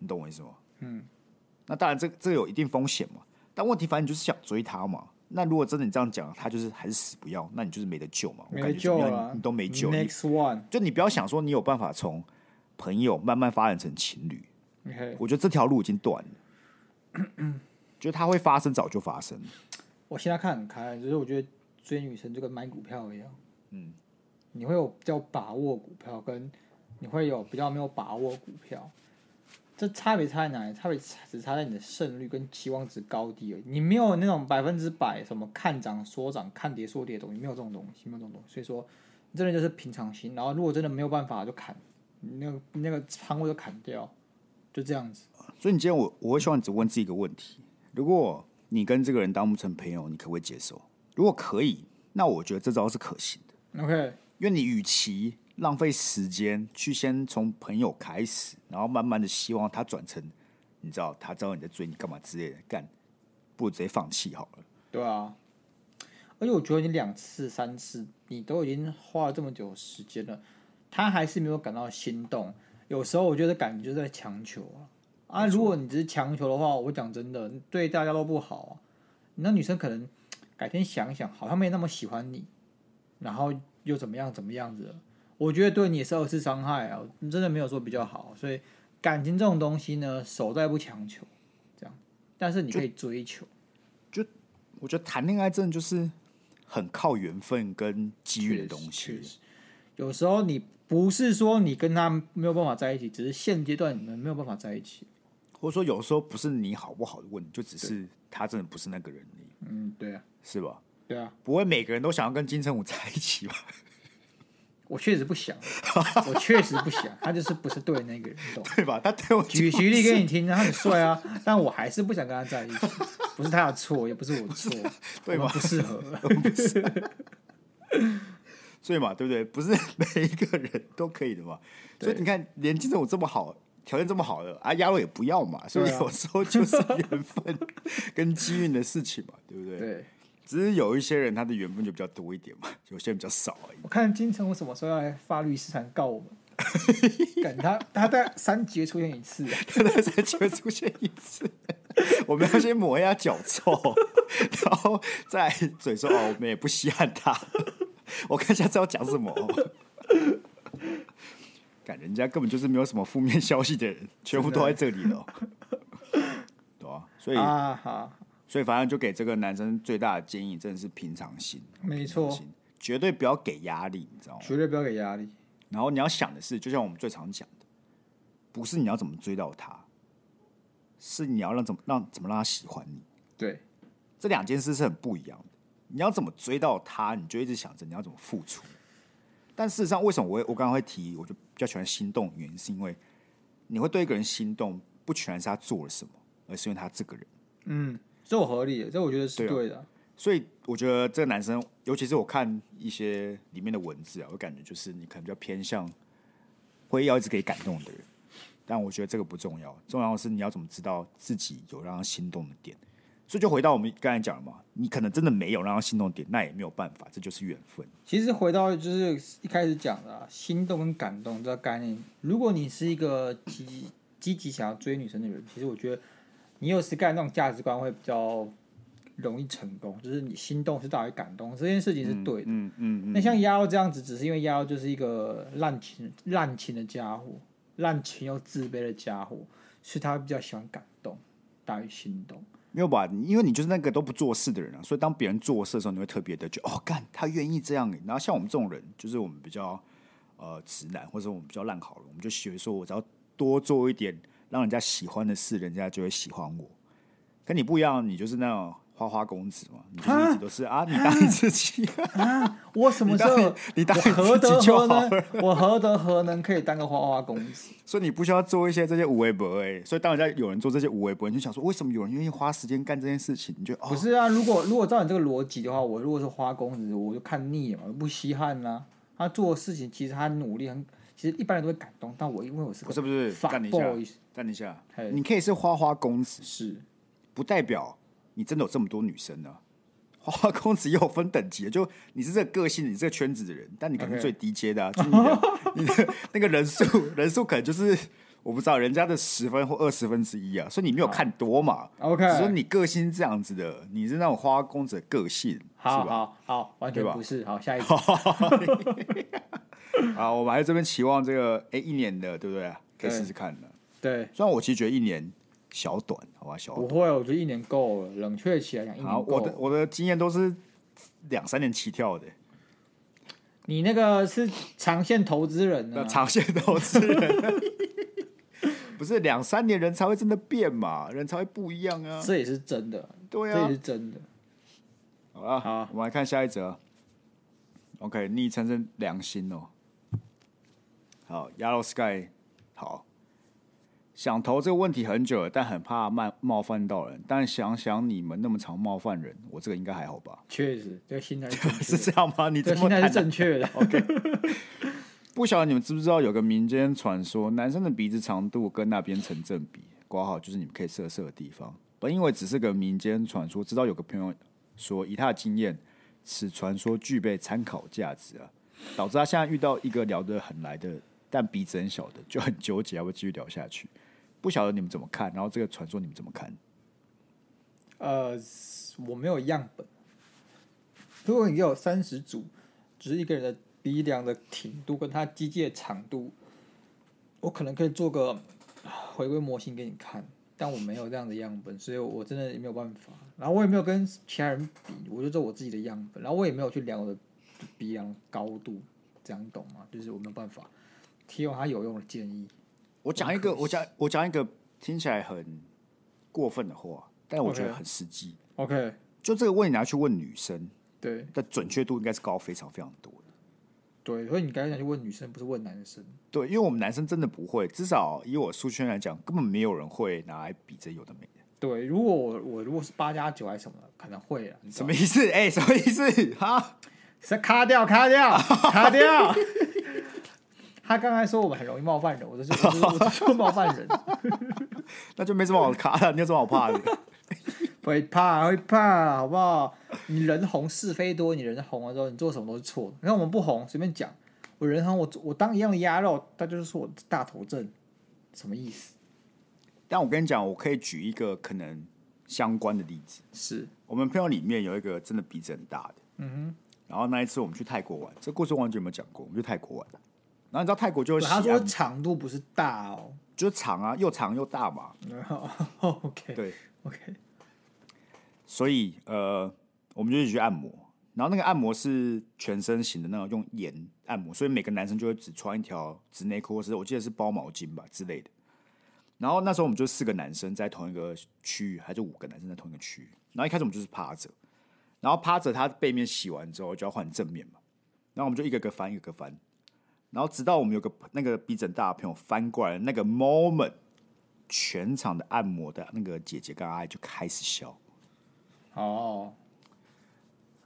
Speaker 1: 你懂我意思吗？
Speaker 2: 嗯，
Speaker 1: 那当然这这个有一定风险嘛，但问题反正你就是想追他嘛。那如果真的你这样讲，他就是还是死不要，那你就是没得救嘛。我
Speaker 2: 没
Speaker 1: 感
Speaker 2: 得
Speaker 1: 觉
Speaker 2: 救
Speaker 1: 怎么样
Speaker 2: 了，
Speaker 1: 你你都没救，你
Speaker 2: Next one，OK，、
Speaker 1: 就你不要想说你有办法从朋友慢慢发展成情侣，我觉得这条路已经断了。
Speaker 2: (coughs)
Speaker 1: 就它会发生，早就发生了。
Speaker 2: 我现在看很开，就是我觉得追女生就跟买股票一样，嗯，你会有比较把握股票，跟你会有比较没有把握股票，这差别差在哪里？差别只差在你的胜率跟期望值高低而已。你没有那种百分之百什么看涨说涨、看跌说跌的东西，没有这种东西，没有这种东西。所以说，你真的就是平常心。然后如果真的没有办法，就砍，你那个你那个仓位就砍掉，就这样子。
Speaker 1: 所以你今天我我会希望你只问自己一个问题：如果你跟这个人当不成朋友，你可不可以接受？如果可以，那我觉得这招是可行的。
Speaker 2: OK，
Speaker 1: 因为你与其浪费时间去先从朋友开始，然后慢慢的希望他转成，你知道他知道你在追你干嘛之类的，干，不如直接放弃好了。
Speaker 2: 对啊，而且我觉得你两次、三次，你都已经花了这么久的时间了，他还是没有感到心动。有时候我觉得感觉就是在强求啊啊！如果你只是强求的话，我讲真的，对大家都不好啊。那女生可能改天想一想，好像没那么喜欢你，然后又怎么样怎么样子了我觉得对你也是二次伤害啊，你真的没有说比较好。所以感情这种东西呢，手在不强求，这样，但是你可以追求。
Speaker 1: 我觉得谈恋爱真的就是很靠缘分跟机遇的东
Speaker 2: 确
Speaker 1: 西。
Speaker 2: 实，有时候你不是说你跟他没有办法在一起，只是现阶段你们没有办法在一起。
Speaker 1: 或者说有时候不是你好不好的问题，就只是他真的不是那个人而已，
Speaker 2: 嗯，对啊，
Speaker 1: 是吧？
Speaker 2: 对啊，
Speaker 1: 不会每个人都想要跟金城武在一起吧？ (laughs)
Speaker 2: 我确实不想，我确实不想，他就是不是对那个人，你懂？
Speaker 1: 对吧？他对我
Speaker 2: 举举例给你听，他很帅啊，
Speaker 1: (laughs)
Speaker 2: 但我还是不想跟他在一起，不是他的错，也不是我的错，
Speaker 1: (laughs) 对
Speaker 2: 我
Speaker 1: 吗
Speaker 2: 们不适合。
Speaker 1: (laughs) 所以嘛，对不对？不是每一个人都可以的嘛。所以你看，连金城武这么好，条件这么好的啊，亚罗也不要嘛。 (laughs) 所以
Speaker 2: 对啊
Speaker 1: 有时候就是缘分跟机运的事情嘛，对不对？
Speaker 2: 对，
Speaker 1: 只是有一些人他的缘分就比较多一点嘛，有些人比较少而已。
Speaker 2: 我看金城武什么时候要来发律师函告
Speaker 1: (laughs)
Speaker 2: 我们。感他他在三节出现一次、啊，
Speaker 1: 真的才只会出现一次。 (laughs) 我们要先抹一下脚臭， (laughs) 然后再嘴说哦，我们也不稀罕他。 (laughs) 我看下次要讲什么。 (laughs) 感人家根本就是没有什么负面消息的人，全部都在这里了哦。对啊，所以、
Speaker 2: 啊哈，
Speaker 1: 所以反正就给这个男生最大的建议，真的是平常心，
Speaker 2: 没
Speaker 1: 平常
Speaker 2: 错，
Speaker 1: 心，绝对不要给压力，你知道吗？
Speaker 2: 绝对不要给压力。
Speaker 1: 然后你要想的是，就像我们最常讲的，不是你要怎么追到他，是你要让怎么让怎么让他喜欢你。
Speaker 2: 对，
Speaker 1: 这两件事是很不一样的。你要怎么追到他，你就一直想着你要怎么付出。但事实上，为什么我会我刚刚会提，我就比较喜欢心动，原因是因为你会对一个人心动，不全然是他做了什么，而是因为他这个人。
Speaker 2: 嗯，这我合理的，这我觉得是
Speaker 1: 对啊
Speaker 2: 对的。
Speaker 1: 所以我觉得这个男生，尤其是我看一些里面的文字啊，我感觉就是你可能比较偏向会要一直给感动的人，但我觉得这个不重要，重要的是你要怎么知道自己有让他心动的点。所以就回到我们刚才讲的嘛，你可能真的没有让他心动的点，那也没有办法，这就是缘分。
Speaker 2: 其实回到就是一开始讲的、啊、心动跟感动这个概念，如果你是一个积积极想要追女生的人，其实我觉得你有 Sky 那种价值观会比较容易成功，就是你心动是大于感动，这件事情是对的。
Speaker 1: 嗯嗯嗯，
Speaker 2: 那像丫欧这样子，只是因为丫欧就是一个滥情滥情的家伙，滥情又自卑的家伙，所以他比较喜欢感动大于心动。
Speaker 1: 没有吧？因为你就是那个都不做事的人啊，所以当别人做事的时候，你会特别的觉得哦，干他愿意这样欸。然后像我们这种人，就是我们比较呃直男，或者我们比较烂好了，我们就学说，我只要多做一点让人家喜欢的事，人家就会喜欢我。跟你不一样，你就是那种花花公子嘛，你就是一直都是 (laughs) 啊，你当你自己，
Speaker 2: 我什么时
Speaker 1: 你
Speaker 2: 候
Speaker 1: 当你当
Speaker 2: 我
Speaker 1: 你
Speaker 2: 何
Speaker 1: 自己
Speaker 2: 德
Speaker 1: 就
Speaker 2: 何
Speaker 1: 好
Speaker 2: 能？我何德何能可以当个花花公子？
Speaker 1: 所以你不需要做一些这些无为不为。所以当人家有人做这些无为不为，你就想说，为什么有人愿意花时间干这件事情？你就哦
Speaker 2: 不，是啊，如果如果照你这个逻辑的话，我如果是花公子，我就看腻了嘛，我不稀罕啦、他做的事情其实他努力很，其实一般人都会感动，但我因为我是
Speaker 1: 不
Speaker 2: 个
Speaker 1: 是不是，
Speaker 2: fuck
Speaker 1: 暂停一下，
Speaker 2: boy，
Speaker 1: 暂停一下
Speaker 2: 嘿，
Speaker 1: 你可以是花花公子，
Speaker 2: 是
Speaker 1: 不代表你真的有这么多女生呢、花花公子也有分等级的，就你是这个个性，你是这个圈子的人，但你可能
Speaker 2: OK
Speaker 1: 是最低阶的、啊，就是你的你的那个人数人数可能就是我不知道人家的十分或二十分之一啊，所以你没有看多嘛。
Speaker 2: OK，
Speaker 1: 只是你个性是这样子的，你是那种花花公子的个性，
Speaker 2: 好
Speaker 1: 是吧？
Speaker 2: 好好，完全
Speaker 1: 对吧
Speaker 2: 不是。好，下一个，
Speaker 1: 啊，我们还在这边期望这个哎、一年的，对不对？可以
Speaker 2: 对
Speaker 1: 试试看的。
Speaker 2: 对，
Speaker 1: 虽然我其实觉得一年小短，好吧，小
Speaker 2: 不会，哦我觉得一年够了，冷却起来讲一
Speaker 1: 好，
Speaker 2: 年够
Speaker 1: 我的
Speaker 2: 了。
Speaker 1: 我的经验都是两三年起跳的、
Speaker 2: 你那个是长线投资人啊呢
Speaker 1: 那？长线投资人，
Speaker 2: (laughs)
Speaker 1: 不是两三年人才会真的变嘛，人才会不一样啊。
Speaker 2: 这也是真的，
Speaker 1: 对
Speaker 2: 这
Speaker 1: 啊
Speaker 2: 也是，真的。
Speaker 1: 好啊，
Speaker 2: 好
Speaker 1: 我们来看下一则。OK，昵称是良心哦。好，Yellow Sky，好，想投这个问题很久了，但很怕冒冒犯到人。但想想你们那么常冒犯人，我这个应该还好
Speaker 2: (laughs)
Speaker 1: 吧？
Speaker 2: 确实，这个心态是正确
Speaker 1: 是
Speaker 2: 的，
Speaker 1: 这样吗？你
Speaker 2: 这
Speaker 1: 这
Speaker 2: 个
Speaker 1: 么啊
Speaker 2: 心态
Speaker 1: 坦
Speaker 2: 是
Speaker 1: 然
Speaker 2: 正确的。 (laughs)
Speaker 1: 不晓得你们知不知道有个民间传说，男生的鼻子长度跟那边成正比，挂号就是你们可以射射的地方。本因为只是个民间传说，知道有个朋友说以他的经验，此传说具备参考价值啊，导致他现在遇到一个聊得很来的，但鼻子很小的，就很纠结要不要继续聊下去。不晓得你们怎么看，然后这个传说你们怎么看？
Speaker 2: 呃，我没有样本。如果你有三十组，只是一个人的鼻梁的挺度跟他机械长度，我可能可以做个啊回归模型给你看，但我没有这样的样本，所以我真的也没有办法。然后我也没有跟其他人比，我就做我自己的样本，然后我也没有去量我的鼻梁高度，这样懂吗？就是我没有办法提供他有用的建议。
Speaker 1: 我讲一个，我讲我讲一个听起来很过分的话，但我觉得
Speaker 2: OK
Speaker 1: 很实际。
Speaker 2: OK，
Speaker 1: 就这个问题，你要去问女生。
Speaker 2: 对
Speaker 1: 的准确度应该是高非常非常多的。
Speaker 2: 对，所以你刚才想去问女生，不是问男生。
Speaker 1: 对，因为我们男生真的不会，至少以我数圈来讲，根本没有人会拿来比这有的没的。
Speaker 2: 对，如果我我如果是八加九还是什么的，可能会啊。你知
Speaker 1: 什
Speaker 2: 道
Speaker 1: 么意
Speaker 2: (laughs)
Speaker 1: 思？哎、什么意思？ (laughs) 哈，
Speaker 2: 是卡掉，卡掉，卡 (laughs) 掉。他刚才说我们很容易冒犯人，我就是我就是我就是说冒犯 (laughs) 人，
Speaker 1: 那就没什么好卡的，你有什么好怕的？
Speaker 2: 会怕会怕，好不好？你人红是非多，你人红了之后，你做什么都是错的。你看我们不红，随便讲，我人红，我我当一样的鸭肉，他就是说我大头症，什么意思？
Speaker 1: 但我跟你讲，我可以举一个可能相关的例子。
Speaker 2: 是，
Speaker 1: 我们朋友里面有一个真的鼻子很大的，
Speaker 2: 嗯
Speaker 1: 然后那一次我们去泰国玩，这故事我忘记有没有讲过，我们去泰国玩，然后你知道泰国就
Speaker 2: 哼，
Speaker 1: 是
Speaker 2: 他
Speaker 1: 喜
Speaker 2: 说
Speaker 1: 安
Speaker 2: 长度不是大哦。 (laughs)
Speaker 1: 就是长啊，又长又大嘛，
Speaker 2: OK
Speaker 1: 对，
Speaker 2: OK，
Speaker 1: 所以呃，我们就一起去按摩，然后那个按摩是全身型的那种用盐按摩，所以每个男生就会只穿一条直内裤，或是我记得是包毛巾吧之类的。然后那时候我们就四个男生在同一个区域，还是五个男生在同一个区域。然后一开始我们就是趴着，然后趴着他背面洗完之后就要换正面嘛，然后我们就一个个翻，一个个翻，然后直到我们有个那个鼻子很大的朋友翻过来的那个 moment，全场的按摩的那个姐姐跟阿姨就开始笑。
Speaker 2: 哦，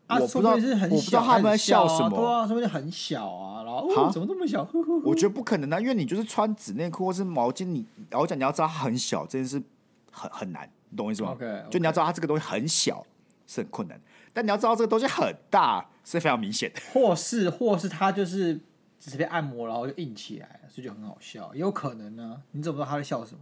Speaker 2: 啊，
Speaker 1: 我不
Speaker 2: 说
Speaker 1: 知道
Speaker 2: 定是很小，
Speaker 1: 我不知道他们在笑什么
Speaker 2: 很小啊对啊，说不定很小啊，然后
Speaker 1: 哈
Speaker 2: 哦，怎么这么小？ (laughs) 呼呼呼
Speaker 1: 我觉得不可能啊，因为你就是穿纸内裤或是毛巾，你然后讲你要知道它很小，这件事很很难，你懂我意思吗
Speaker 2: OK，OK
Speaker 1: 就你要知道它这个东西很小是很困难，但你要知道这个东西很大是非常明显的。 (laughs)
Speaker 2: 或是或是他就是只是被按摩，然后就硬起来了，所以就很好笑，也有可能呢、你怎么知道他在笑什么？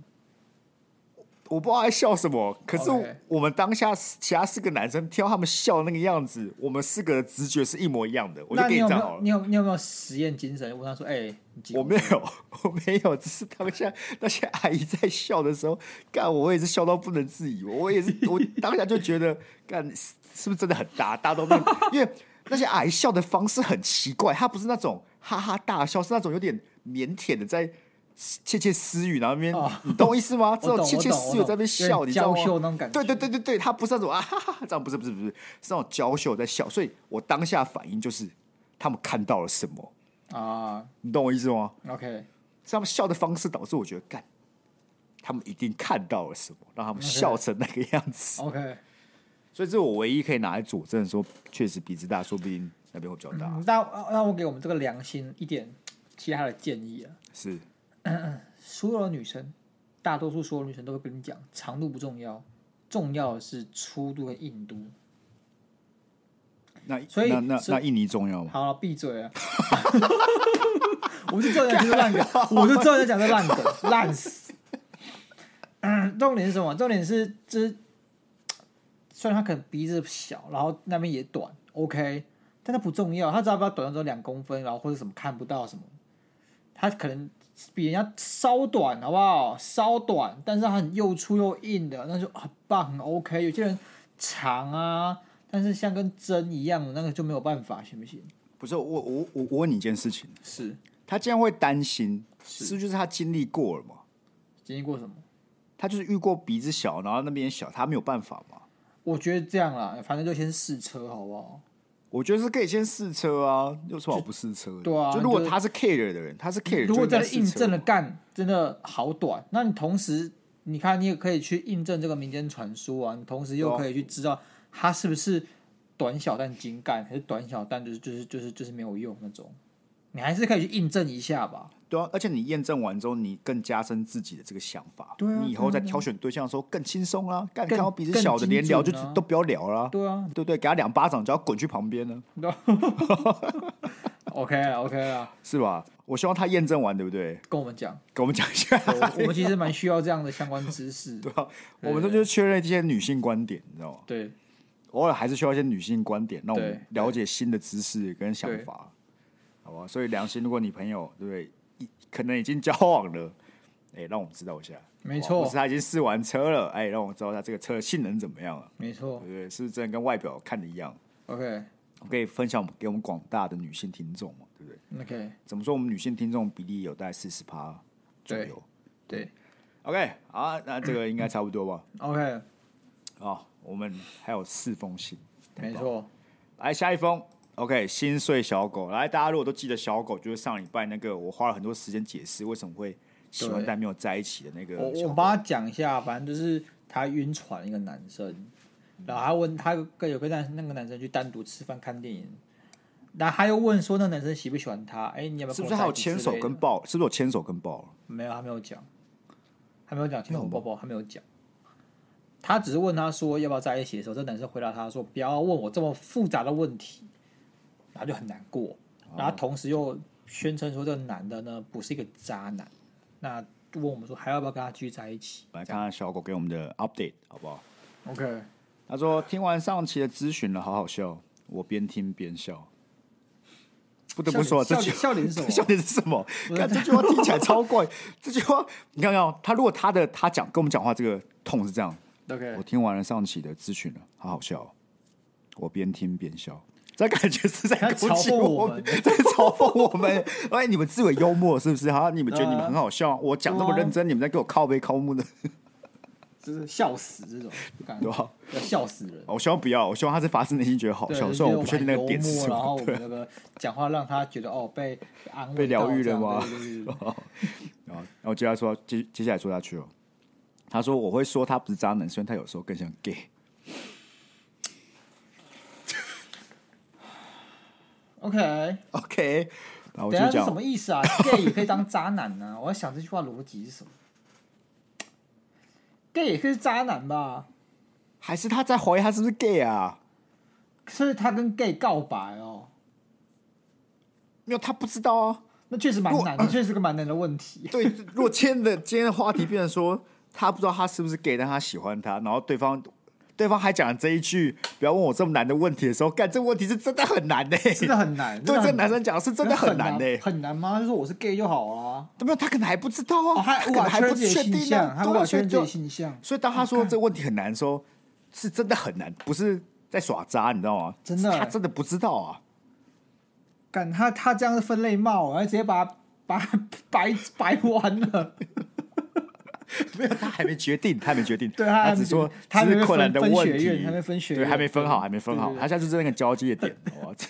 Speaker 1: 我不知道在笑什么，可是
Speaker 2: OK
Speaker 1: 我们当下其他四个男生挑他们笑的那个样子，我们四个的直觉是一模一样的。我就
Speaker 2: 那
Speaker 1: 跟
Speaker 2: 你有
Speaker 1: 这
Speaker 2: 没
Speaker 1: 样好
Speaker 2: 有
Speaker 1: 了，
Speaker 2: 你有你有没有实验精神？问他说，哎、你几
Speaker 1: 我
Speaker 2: 公
Speaker 1: 没
Speaker 2: 分
Speaker 1: 有，我没有，只是当下那些阿姨在笑的时候，干我也是笑到不能自已，我也是，我当下就觉得，干是是不是真的很大，大到那种，因为那些阿姨笑的方式很奇怪，她不是那种哈哈大笑，是那种有点腼腆的在窃窃私语，然后那边、
Speaker 2: 哦
Speaker 1: 你懂我意思吗？这
Speaker 2: (laughs) 我
Speaker 1: 种
Speaker 2: 懂
Speaker 1: 窃窃
Speaker 2: 我懂
Speaker 1: 私
Speaker 2: 我
Speaker 1: 语
Speaker 2: 懂
Speaker 1: 在那边
Speaker 2: 有
Speaker 1: 笑，
Speaker 2: 点
Speaker 1: 你知道
Speaker 2: 娇
Speaker 1: 吗？
Speaker 2: 羞那种感觉，
Speaker 1: 对对对对对，他不是那种啊哈哈哈这样，不是不是不是，是那种娇羞在笑，所以我当下反应就是他们看到了什么，
Speaker 2: 啊
Speaker 1: 你懂我意思吗？
Speaker 2: ，OK，
Speaker 1: 是他们笑的方式导致我觉得干，他们一定看到了什么，让他们笑成那个样
Speaker 2: (laughs)
Speaker 1: 子。
Speaker 2: OK，
Speaker 1: 所以这是我唯一可以拿来佐证说，确实鼻子大，说不定那边会比较大。
Speaker 2: 嗯那那我给我们这个良心一点其他的建议啊。
Speaker 1: 是
Speaker 2: 所有的女生，大多数所有女生都会跟你讲，长度不重要，重要的是粗度跟硬度。
Speaker 1: 那
Speaker 2: 所以
Speaker 1: 那那
Speaker 2: 是
Speaker 1: 那印尼重要吗？
Speaker 2: 好了， (laughs) 闭嘴啊！我就知道你在讲这烂梗，我就知道你在讲这烂梗，烂死。嗯，重点是什么？重点是，这虽然他可能鼻子小，然后那边也短，OK，但他不重要，他只要把它短到只有两公分，然后或者什么看不到什么，他可能比人家稍短，好不好？稍短，但是他很又粗又硬的，那就很棒，很 OK。有些人长啊，但是像跟针一样的那个就没有办法，行不行？
Speaker 1: 不是我我我我问你一件事情，
Speaker 2: 是
Speaker 1: 他竟然会担心，是不是就是他经历过了嘛？
Speaker 2: 经历过什么？
Speaker 1: 他就是遇过鼻子小，然后那边小，他没有办法嘛？
Speaker 2: 我觉得这样啦，反正就先试车，好不好？
Speaker 1: 我觉得是可以先试车啊，有什么好不试车的？
Speaker 2: 对啊
Speaker 1: 就如果
Speaker 2: 就
Speaker 1: 他是 care 的人，他是 care，
Speaker 2: 如果
Speaker 1: 在
Speaker 2: 真的印证了干，真的好短。那你同时，你看你也可以去印证这个民间传说啊，你同时又可以去知道它是不是短小但精干，还是短小但就是就是就是就是没有用那种。你还是可以去印证一下吧。
Speaker 1: 对啊，而且你验证完之后，你更加深自己的这个想法。
Speaker 2: 对啊
Speaker 1: 你以后在挑选对象的时候更轻松啦。干，
Speaker 2: 更
Speaker 1: 看到鼻子小的，
Speaker 2: 更
Speaker 1: 连
Speaker 2: 精
Speaker 1: 聊就
Speaker 2: 准啊
Speaker 1: 都不要聊啦，
Speaker 2: 对啊
Speaker 1: 对不对？给他两巴掌，就要滚去旁边了，
Speaker 2: ，OK 啊 OK 啊，
Speaker 1: 是吧？我希望他验证完，对不对？
Speaker 2: 跟我
Speaker 1: (laughs)
Speaker 2: 们讲，
Speaker 1: 给我们讲一
Speaker 2: (laughs)
Speaker 1: 下，
Speaker 2: 我我们其实蛮需要这样的相关知识。
Speaker 1: 对吧？我们这就是确认一些女性观点，你知道吗？
Speaker 2: 对，
Speaker 1: 偶尔还是需要一些女性观点，让我们
Speaker 2: 对
Speaker 1: 了解新的知识跟想法，好吧？所以良心，如果你朋友对不对，一可能已经交往了，哎、让我们知道一下，好
Speaker 2: 没
Speaker 1: 不好
Speaker 2: 错
Speaker 1: 或是啊他已经试完车了，哎、让我们知道他这个车的性能怎么样了，
Speaker 2: 没
Speaker 1: 对
Speaker 2: 错
Speaker 1: 不对？是不是真的跟外表看的一样？
Speaker 2: ，OK
Speaker 1: 我可以分享给我们广大的女性听众嘛，对不对？
Speaker 2: OK，
Speaker 1: 怎么说，我们女性听众比例有大概四十趴左
Speaker 2: 对
Speaker 1: 右。
Speaker 2: 对
Speaker 1: OK，好啊，那这个应该差不多吧？
Speaker 2: OK，
Speaker 1: 啊、我们还有四封信。
Speaker 2: 没错，
Speaker 1: 来下一封，OK，心碎小狗。来，大家如果都记得小狗，就是上礼拜那个我花了很多时间解释为什么会喜欢
Speaker 2: 对
Speaker 1: 但没有在一起的那个
Speaker 2: 我
Speaker 1: 小
Speaker 2: 我
Speaker 1: 狗。
Speaker 2: 帮他讲一下，啊反正就是他晕船一个男生，然后他问他跟有个男那个男生去单独吃饭看电影，然后他又问说那男生喜不喜欢他？哎，你有没有
Speaker 1: 是不
Speaker 2: 跟我
Speaker 1: 是
Speaker 2: 在
Speaker 1: 还有
Speaker 2: 一起
Speaker 1: 牵
Speaker 2: 之
Speaker 1: 手
Speaker 2: 类的
Speaker 1: 跟抱？是不是有牵手跟抱了？
Speaker 2: 没有，他没有讲，他没有讲牵手抱抱，他没有讲。他只是问他说要不要在一起的时候，这男生回答他说不要问我这么复杂的问题，然后就很难过。
Speaker 1: 哦
Speaker 2: 然后同时又宣称说这个男的呢不是一个渣男，那就问我们说还要不要跟他继续在一起
Speaker 1: 来看看小狗给我们的 update 好不好？
Speaker 2: ？OK，
Speaker 1: 他说听完上期的咨询了，好好笑，我边听边笑。不得不说， (laughs) 这
Speaker 2: 笑
Speaker 1: 句
Speaker 2: 点笑点是什么？
Speaker 1: 笑点是什么？看这句话听起来超怪。 (laughs) 这句话你看看哦，他如果他的他讲跟我们讲话这个痛是这样，我
Speaker 2: OK，
Speaker 1: 听完了上期的咨询了，好好笑哦、我边听边笑，这感觉是在
Speaker 2: 他
Speaker 1: 攻
Speaker 2: 嘲
Speaker 1: 击
Speaker 2: 讽
Speaker 1: 我
Speaker 2: 我
Speaker 1: 们，
Speaker 2: 们
Speaker 1: 在嘲讽我们。呃哎，你们自以为幽默是不是？哈，你们觉得你们很好笑，我讲这么认真，你们在给我靠背靠木的，
Speaker 2: 就是笑死这种，感
Speaker 1: 对啊哦
Speaker 2: 觉
Speaker 1: 吧？
Speaker 2: 要笑死人。
Speaker 1: 我希望不要，我希望他是发自内心觉得好
Speaker 2: 对，
Speaker 1: 笑，
Speaker 2: 就是
Speaker 1: 虽然
Speaker 2: 觉
Speaker 1: 我
Speaker 2: 得
Speaker 1: 不确定那个
Speaker 2: 很
Speaker 1: 点是
Speaker 2: 幽默
Speaker 1: 什
Speaker 2: 然后
Speaker 1: 么
Speaker 2: 我。们那个讲话让他觉得哦被安慰
Speaker 1: 被疗
Speaker 2: 到
Speaker 1: 愈了
Speaker 2: 这样
Speaker 1: 吗哦
Speaker 2: 对对对对对
Speaker 1: 然后，然后接下来说，接接下来说下去哦。他说我会说他不是渣男，虽然他有时候更像 gay。 (laughs)
Speaker 2: OK，
Speaker 1: OK，然后我哦就
Speaker 2: 等一下是
Speaker 1: 讲
Speaker 2: 什么意思啊？gay 也可以当渣男呢、我在想这句话逻辑是什么？gay 也可以是渣男吧？
Speaker 1: 还是他在怀疑他是不是 gay 啊？
Speaker 2: 可是他跟 gay 告白哦，
Speaker 1: 没有，他不知道啊。
Speaker 2: 那确实蛮难的，确实是个蛮难的
Speaker 1: (laughs)
Speaker 2: 问题。
Speaker 1: 对，如果今天的今天的话题变成说，他不知道他是不是 gay，但他喜欢他，然后对方对方还讲了这一句“不要问我这么难的问题”的时候，干这个问题是真的很难呢、欸
Speaker 2: 真的很难，
Speaker 1: 对这
Speaker 2: 真的
Speaker 1: 个
Speaker 2: 很
Speaker 1: 男生讲是真的很
Speaker 2: 很
Speaker 1: 难呢、欸
Speaker 2: 很难吗？他说我是 gay 就好啊了、
Speaker 1: 对没有，他可能还不知道啊，
Speaker 2: 哦，他
Speaker 1: 他
Speaker 2: 无
Speaker 1: 可能
Speaker 2: 法
Speaker 1: 还
Speaker 2: 确
Speaker 1: 不
Speaker 2: 认自己
Speaker 1: 确
Speaker 2: 的形
Speaker 1: 定啊
Speaker 2: 象，，他
Speaker 1: 对
Speaker 2: 无
Speaker 1: 啊
Speaker 2: 法确
Speaker 1: 所以
Speaker 2: 认自己
Speaker 1: 就
Speaker 2: 的形象，
Speaker 1: 所以当他说这个问题很难的时候，是真的很难，不是在耍渣，你知道吗？
Speaker 2: 真的
Speaker 1: 是他真的不知道
Speaker 2: (laughs)
Speaker 1: 啊。
Speaker 2: 干他他这样是分类帽，然后直接把他把他白白完了。
Speaker 1: (laughs) 没有，他还没决定，他还没决定，
Speaker 2: 对他
Speaker 1: 他
Speaker 2: 还
Speaker 1: 只
Speaker 2: 没
Speaker 1: 是说
Speaker 2: 决定他
Speaker 1: 这
Speaker 2: 还没
Speaker 1: 是
Speaker 2: 分
Speaker 1: 困难的
Speaker 2: 分学
Speaker 1: 问
Speaker 2: 院
Speaker 1: 题，
Speaker 2: 还没分学
Speaker 1: 对，还没
Speaker 2: 院
Speaker 1: 分好，
Speaker 2: 对
Speaker 1: 还没分好
Speaker 2: 对，对
Speaker 1: 他现在就是那个交界
Speaker 2: (laughs)
Speaker 1: 点，哇，这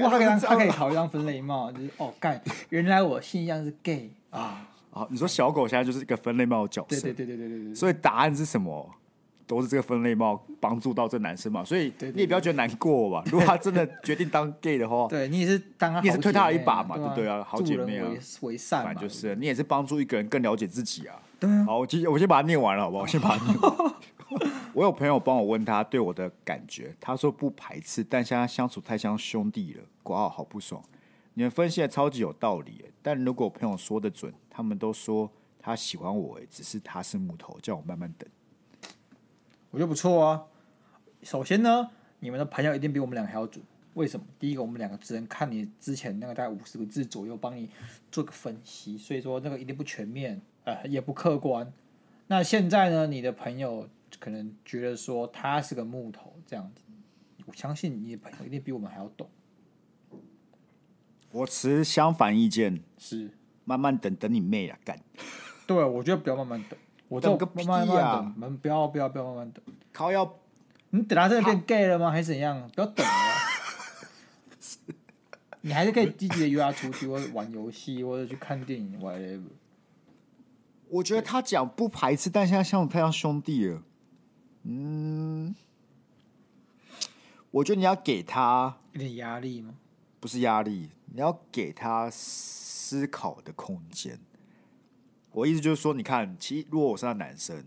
Speaker 1: (laughs)
Speaker 2: 过他可以当
Speaker 1: 这
Speaker 2: 他可以考一张分类帽，就是哦干，原来我性向是 gay 啊，
Speaker 1: 好，你说小狗现在就是一个分类猫的角色，
Speaker 2: 对对对对对对对，
Speaker 1: 所以答案是什么？都是这个分类帽帮助到这男生嘛，所以
Speaker 2: 对对
Speaker 1: 你也不要觉得难过
Speaker 2: (laughs)
Speaker 1: 吧。如果他真的决定当 gay 的话，
Speaker 2: 对你也是当他好
Speaker 1: 你也是推他一把嘛
Speaker 2: 姐
Speaker 1: 对
Speaker 2: 妹
Speaker 1: 不对
Speaker 2: 啊
Speaker 1: 啊，好姐妹啊
Speaker 2: 助人为为善嘛，
Speaker 1: 反正就是啊你也是帮助一个人更了解自己啊。
Speaker 2: 对啊，
Speaker 1: 好，我先我先把它念完了，好不好？我先把它念完。
Speaker 2: (laughs)
Speaker 1: 我有朋友帮我问他对我的感觉，他说不排斥，但现在相处太像兄弟了，挂号好不爽。你们分析的超级有道理耶，但如果我朋友说的准，他们都说他喜欢我耶，只是他是木头，叫我慢慢等。
Speaker 2: 我觉得不错啊。首先呢，你们的朋友一定比我们两个还要准。为什么？第一个，我们两个只能看你之前那个大概五十个字左右，帮你做个分析，所以说那个一定不全面，呃，也不客观。那现在呢，你的朋友可能觉得说他是个木头这样子，我相信你的朋友一定比我们还要懂。
Speaker 1: 我持相反意见，
Speaker 2: 是，
Speaker 1: 慢慢等等你妹啊，干
Speaker 2: 对，我觉得不要慢慢等，我这
Speaker 1: 等个
Speaker 2: 种慢慢
Speaker 1: 屁啊
Speaker 2: 慢
Speaker 1: 呀
Speaker 2: 慢等，们不要不要不要慢慢等。
Speaker 1: 靠要
Speaker 2: 你等他这个变 gay 了吗？还是怎样？不要 (laughs) 等了啊。你还是可以积极的约他出去，或者玩游戏，或者去看电影，whatever。
Speaker 1: 我觉得他讲不排斥，但现在相处太像兄弟了。嗯，嗯我觉得你要给他
Speaker 2: 有点压力吗？
Speaker 1: 不是压力，你要给他思考的空间。我意思就是说，你看，其实如果我是那男生，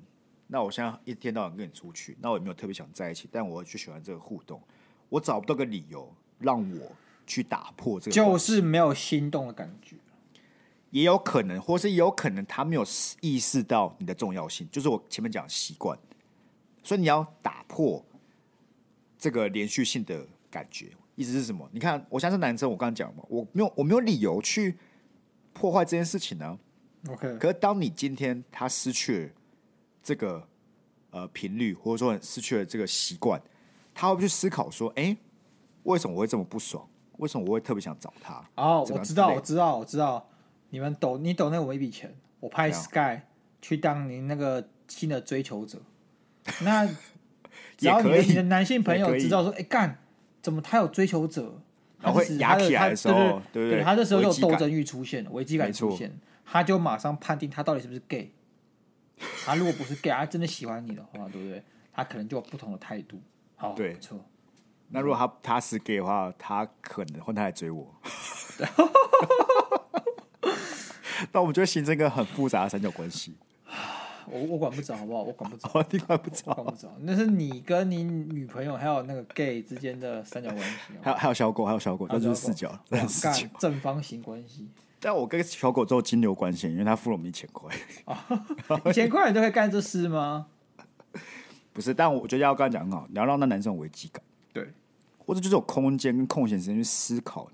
Speaker 1: 那我现在一天到晚跟你出去，那我也没有特别想在一起，但我就喜欢这个互动，我找不到个理由让我去打破这个关系。
Speaker 2: 就是没有心动的感觉。
Speaker 1: 也有可能，或是也有可能他没有意识到你的重要性，就是我前面讲的习惯，所以你要打破这个连续性的感觉。意思是什么？你看，我现在是男生，我刚刚讲嘛，我没有我没有理由去破坏这件事情呢、
Speaker 2: 嗯 OK，
Speaker 1: 可是当你今天他失去了这个呃频率，或者说失去了这个习惯，他会不会去思考说，哎、为什么我会这么不爽？为什么我会特别想找他？
Speaker 2: 哦，
Speaker 1: 怎么
Speaker 2: 我
Speaker 1: 样
Speaker 2: 知
Speaker 1: 之
Speaker 2: 道，
Speaker 1: 类
Speaker 2: 我
Speaker 1: 的
Speaker 2: 知道，我知道。你们抖，你抖那我一笔钱，我派
Speaker 1: 怎样
Speaker 2: Sky 去当您那个新的追求
Speaker 1: (laughs)
Speaker 2: 者。那只
Speaker 1: 也
Speaker 2: 要你
Speaker 1: 可
Speaker 2: 的
Speaker 1: 以
Speaker 2: 你的男性朋
Speaker 1: 也
Speaker 2: 友
Speaker 1: 可以
Speaker 2: 知道说，哎干，怎么他有追求者？
Speaker 1: 然后
Speaker 2: 他
Speaker 1: 会
Speaker 2: 是指
Speaker 1: 压
Speaker 2: 他的
Speaker 1: 起来
Speaker 2: 他
Speaker 1: 的时候
Speaker 2: 对
Speaker 1: 对不对
Speaker 2: 他这时候就有
Speaker 1: 危机感
Speaker 2: 斗争欲出现，危机感
Speaker 1: 没错
Speaker 2: 出现，他就马上判定他到底是不是 gay。他如果不是 gay，他真的喜欢你的话，对不对？他可能就有不同的态度。好，
Speaker 1: 对
Speaker 2: 不错。
Speaker 1: 那如果他他是 gay 的话，他可能会他来追
Speaker 2: (laughs)
Speaker 1: 我，那我们就会形成一个很复杂的三角关系。
Speaker 2: 哦我我管不着，好不好？我管不着。
Speaker 1: (laughs) 哦，你管不
Speaker 2: 我
Speaker 1: 着，
Speaker 2: 管不着，那是你跟你女朋友还有那个 gay 之间的三角关系
Speaker 1: 还 (laughs)
Speaker 2: 好不好，
Speaker 1: 有还有小狗，还有小狗，
Speaker 2: 还有
Speaker 1: 那
Speaker 2: 小狗
Speaker 1: 就是四角，那
Speaker 2: 哇
Speaker 1: 是四角
Speaker 2: 干。正方形关
Speaker 1: (laughs)
Speaker 2: 系，
Speaker 1: 但我跟小狗只有金牛关系，因为他付了我们一千块。 (laughs)
Speaker 2: 一千块你都会干这事吗？
Speaker 1: 不是，但我觉得要跟他讲很好，你要让那男生有危机感，
Speaker 2: 对
Speaker 1: 或者就是有空间跟空闲时间去思考。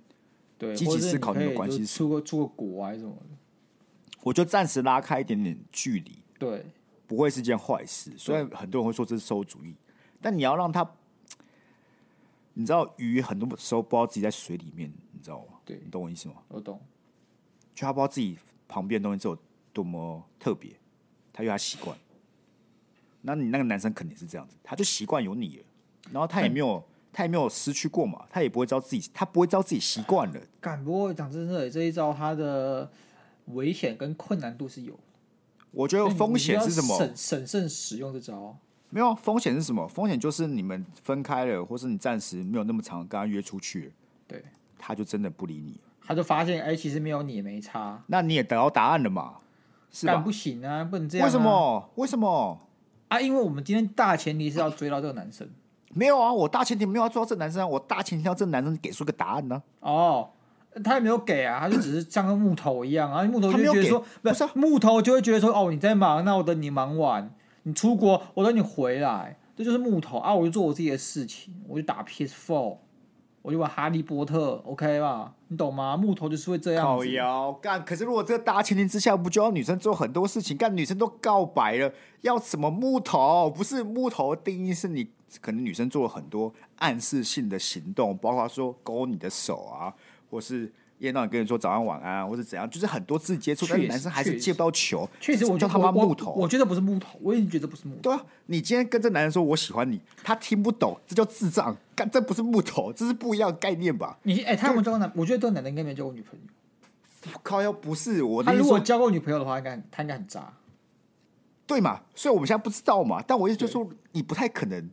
Speaker 2: 对，
Speaker 1: 积极
Speaker 2: 或者是
Speaker 1: 思考
Speaker 2: 你
Speaker 1: 你
Speaker 2: 可
Speaker 1: 的
Speaker 2: 以
Speaker 1: 关系
Speaker 2: 就是出个出个国啊还是什么的，
Speaker 1: 我就暂时拉开一点点距离，
Speaker 2: 对，
Speaker 1: 不会是件坏事。虽然很多人会说这是馊主意，但你要让他，你知道鱼很多时候不知道自己在水里面，你知道吗？
Speaker 2: 对
Speaker 1: 你懂我意思吗？
Speaker 2: 我懂。
Speaker 1: 就他不知道自己旁边的东西是有多么特别，他有他习惯。那你那个男生肯定是这样子，他就习惯有你了，然后他也没有，他也没有失去过嘛，他也不会知道自己，他不会知道自己习惯了。
Speaker 2: 干，不过讲真的，这一招它的危险跟困难度是有，
Speaker 1: 我觉得
Speaker 2: 所以你
Speaker 1: 风险
Speaker 2: 你要
Speaker 1: 是什么？
Speaker 2: 审审慎使用这招，
Speaker 1: 没有啊风险是什么？风险就是你们分开了，或是你暂时没有那么常跟他约出去，
Speaker 2: 对，
Speaker 1: 他就真的不理你。
Speaker 2: 他就发现哎，其实没有你也没差，
Speaker 1: 那你也得到答案了嘛？是
Speaker 2: 干
Speaker 1: 吧？
Speaker 2: 不行啊，不能这样、
Speaker 1: 为什？么？为什么？
Speaker 2: 啊，因为我们今天大前提是要追到这个男生。
Speaker 1: 没有啊，我大前提没有要做到这男生啊，我大前提要这男生给出个答案呢、
Speaker 2: 哦，他也没有给啊，他就只是像个木头一样啊，木头就会觉
Speaker 1: 他
Speaker 2: 得说，
Speaker 1: 没有给
Speaker 2: 不
Speaker 1: 不是啊
Speaker 2: 木头就会觉得说，哦，你在忙，那我等你忙完，你出国，我等你回来，这就是木头啊，我就做我自己的事情，我就打 PS Four，我就玩哈利波特，OK 吧？你懂吗？木头就是会这样
Speaker 1: 靠
Speaker 2: 子，
Speaker 1: 腰干，可是如果这个大前提之下，不就要女生做很多事情？干，女生都告白了，要什么木头？不是木头的定义是你可能女生做了很多暗示性的行动，包括说勾你的手啊，或是夜到你跟你说早安晚安，或者怎样，就是很多次接触，但
Speaker 2: 确
Speaker 1: 是
Speaker 2: 实
Speaker 1: 男生还
Speaker 2: 确
Speaker 1: 是
Speaker 2: 实
Speaker 1: 接不到球，
Speaker 2: 确实我
Speaker 1: 就
Speaker 2: 觉得
Speaker 1: 他妈
Speaker 2: 我
Speaker 1: 木头啊
Speaker 2: 我，我觉得不是木头，我已经觉得不是木头，
Speaker 1: 对啊，你今天跟这男人说我喜欢你，他听不懂，这叫智障。干，这不是木头，这是不一样的概念吧？
Speaker 2: 你哎、他有没有交过男？我觉得这个男的应该没有交过女朋友，
Speaker 1: 靠，要不是我
Speaker 2: 他
Speaker 1: 的意
Speaker 2: 如
Speaker 1: 思
Speaker 2: 果
Speaker 1: 说，
Speaker 2: 交过女朋友的话，应该很他应该很渣。
Speaker 1: 对嘛？所以我们现在不知道嘛。但我意思就是说，你不太可能，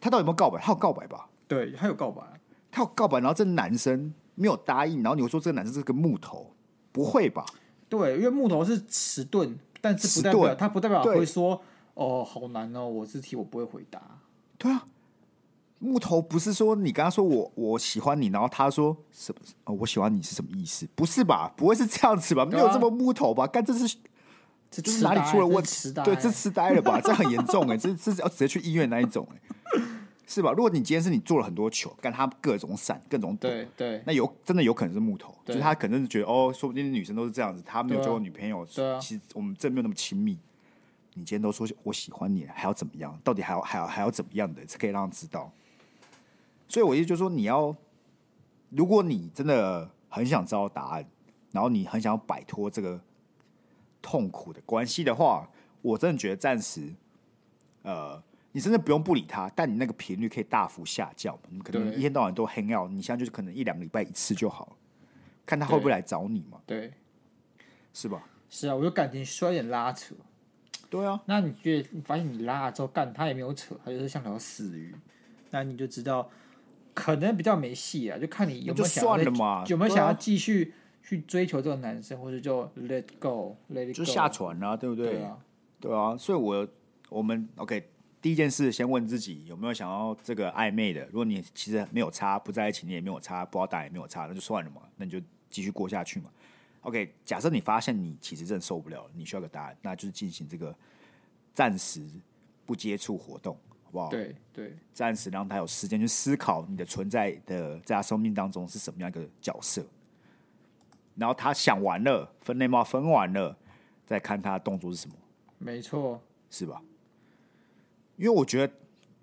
Speaker 1: 他到底有没有告白？他有告白吧？
Speaker 2: 对，他有告白，
Speaker 1: 他有告白，然后这男生没有答应，然后你又说这个男生是个木头，不会吧？
Speaker 2: 对，因为木头是迟钝，但是不代
Speaker 1: 迟
Speaker 2: 表
Speaker 1: 钝
Speaker 2: 他不代表
Speaker 1: 对
Speaker 2: 会说哦好难哦，我字体我不会回答。
Speaker 1: 对啊，木头不是说你跟他说我我喜欢你，然后他说什么、哦、我喜欢你是什么意思？不是吧？不会是这样子吧？没
Speaker 2: 对
Speaker 1: 有
Speaker 2: 啊
Speaker 1: 这么木头吧？干这是
Speaker 2: 这
Speaker 1: 就
Speaker 2: 痴
Speaker 1: 是哪里
Speaker 2: 呆
Speaker 1: 出了
Speaker 2: 这
Speaker 1: 问
Speaker 2: 是
Speaker 1: 题
Speaker 2: 痴？呆
Speaker 1: 对，这痴呆了吧？这很严重哎、这这是要直接去医院那一种哎、是吧？如果你今天是你做了很多球，干他各种闪，各种躲，
Speaker 2: 对对
Speaker 1: 那有真的有可能是木头，就
Speaker 2: 对
Speaker 1: 是他可能是觉得哦，说不定女生都是这样子，他没有
Speaker 2: 对啊
Speaker 1: 交过女朋友，
Speaker 2: 对啊
Speaker 1: 其实我们真没有那么亲密。你今天都说我喜欢你，啊还要怎么样？到底还要还要还要怎么样的，才可以让他知道？所以我意思就是说，你要，如果你真的很想知道答案，然后你很想要摆脱这个痛苦的关系的话，我真的觉得暂时，呃，你真的不用不理他，但你那个频率可以大幅下降嘛。你可能
Speaker 2: 对
Speaker 1: 一天到晚都 hang out，你现在就是可能一两个礼拜一次就好了，看他会不会
Speaker 2: 对
Speaker 1: 来找你嘛，
Speaker 2: 对，
Speaker 1: 是吧？
Speaker 2: 是啊，我觉得感情需要一点拉扯。
Speaker 1: 对啊，
Speaker 2: 那你觉得你发现你拉了之后，干他也没有扯，他就是像条死鱼，那你就知道可能比较没戏啊，就看你有
Speaker 1: 那
Speaker 2: 没
Speaker 1: 就
Speaker 2: 有想要
Speaker 1: 算了
Speaker 2: 再
Speaker 1: 嘛
Speaker 2: 有没有
Speaker 1: 对啊
Speaker 2: 想要继续去追求这个男生，或者就 let go，let it go，
Speaker 1: 就下船啦、对不
Speaker 2: 对啊，
Speaker 1: 对啊，所以我我们 OK，第一件事先问自己有没有想要这个暧昧的。如果你其实没有差，不在一起你也没有差，不知道打也没有差，那就算了嘛，那你就继续过下去嘛。OK，假设你发现你其实真的受不了了，你需要个答案，那就是进行这个暂时不接触活动，好不好？
Speaker 2: 对对
Speaker 1: 暂时让他有时间去思考你的存在的在他生命当中是什么样一个角色。然后他想完了，分类帽分完了，再看他的动作是什么。
Speaker 2: 没错，
Speaker 1: 是吧？因为我觉得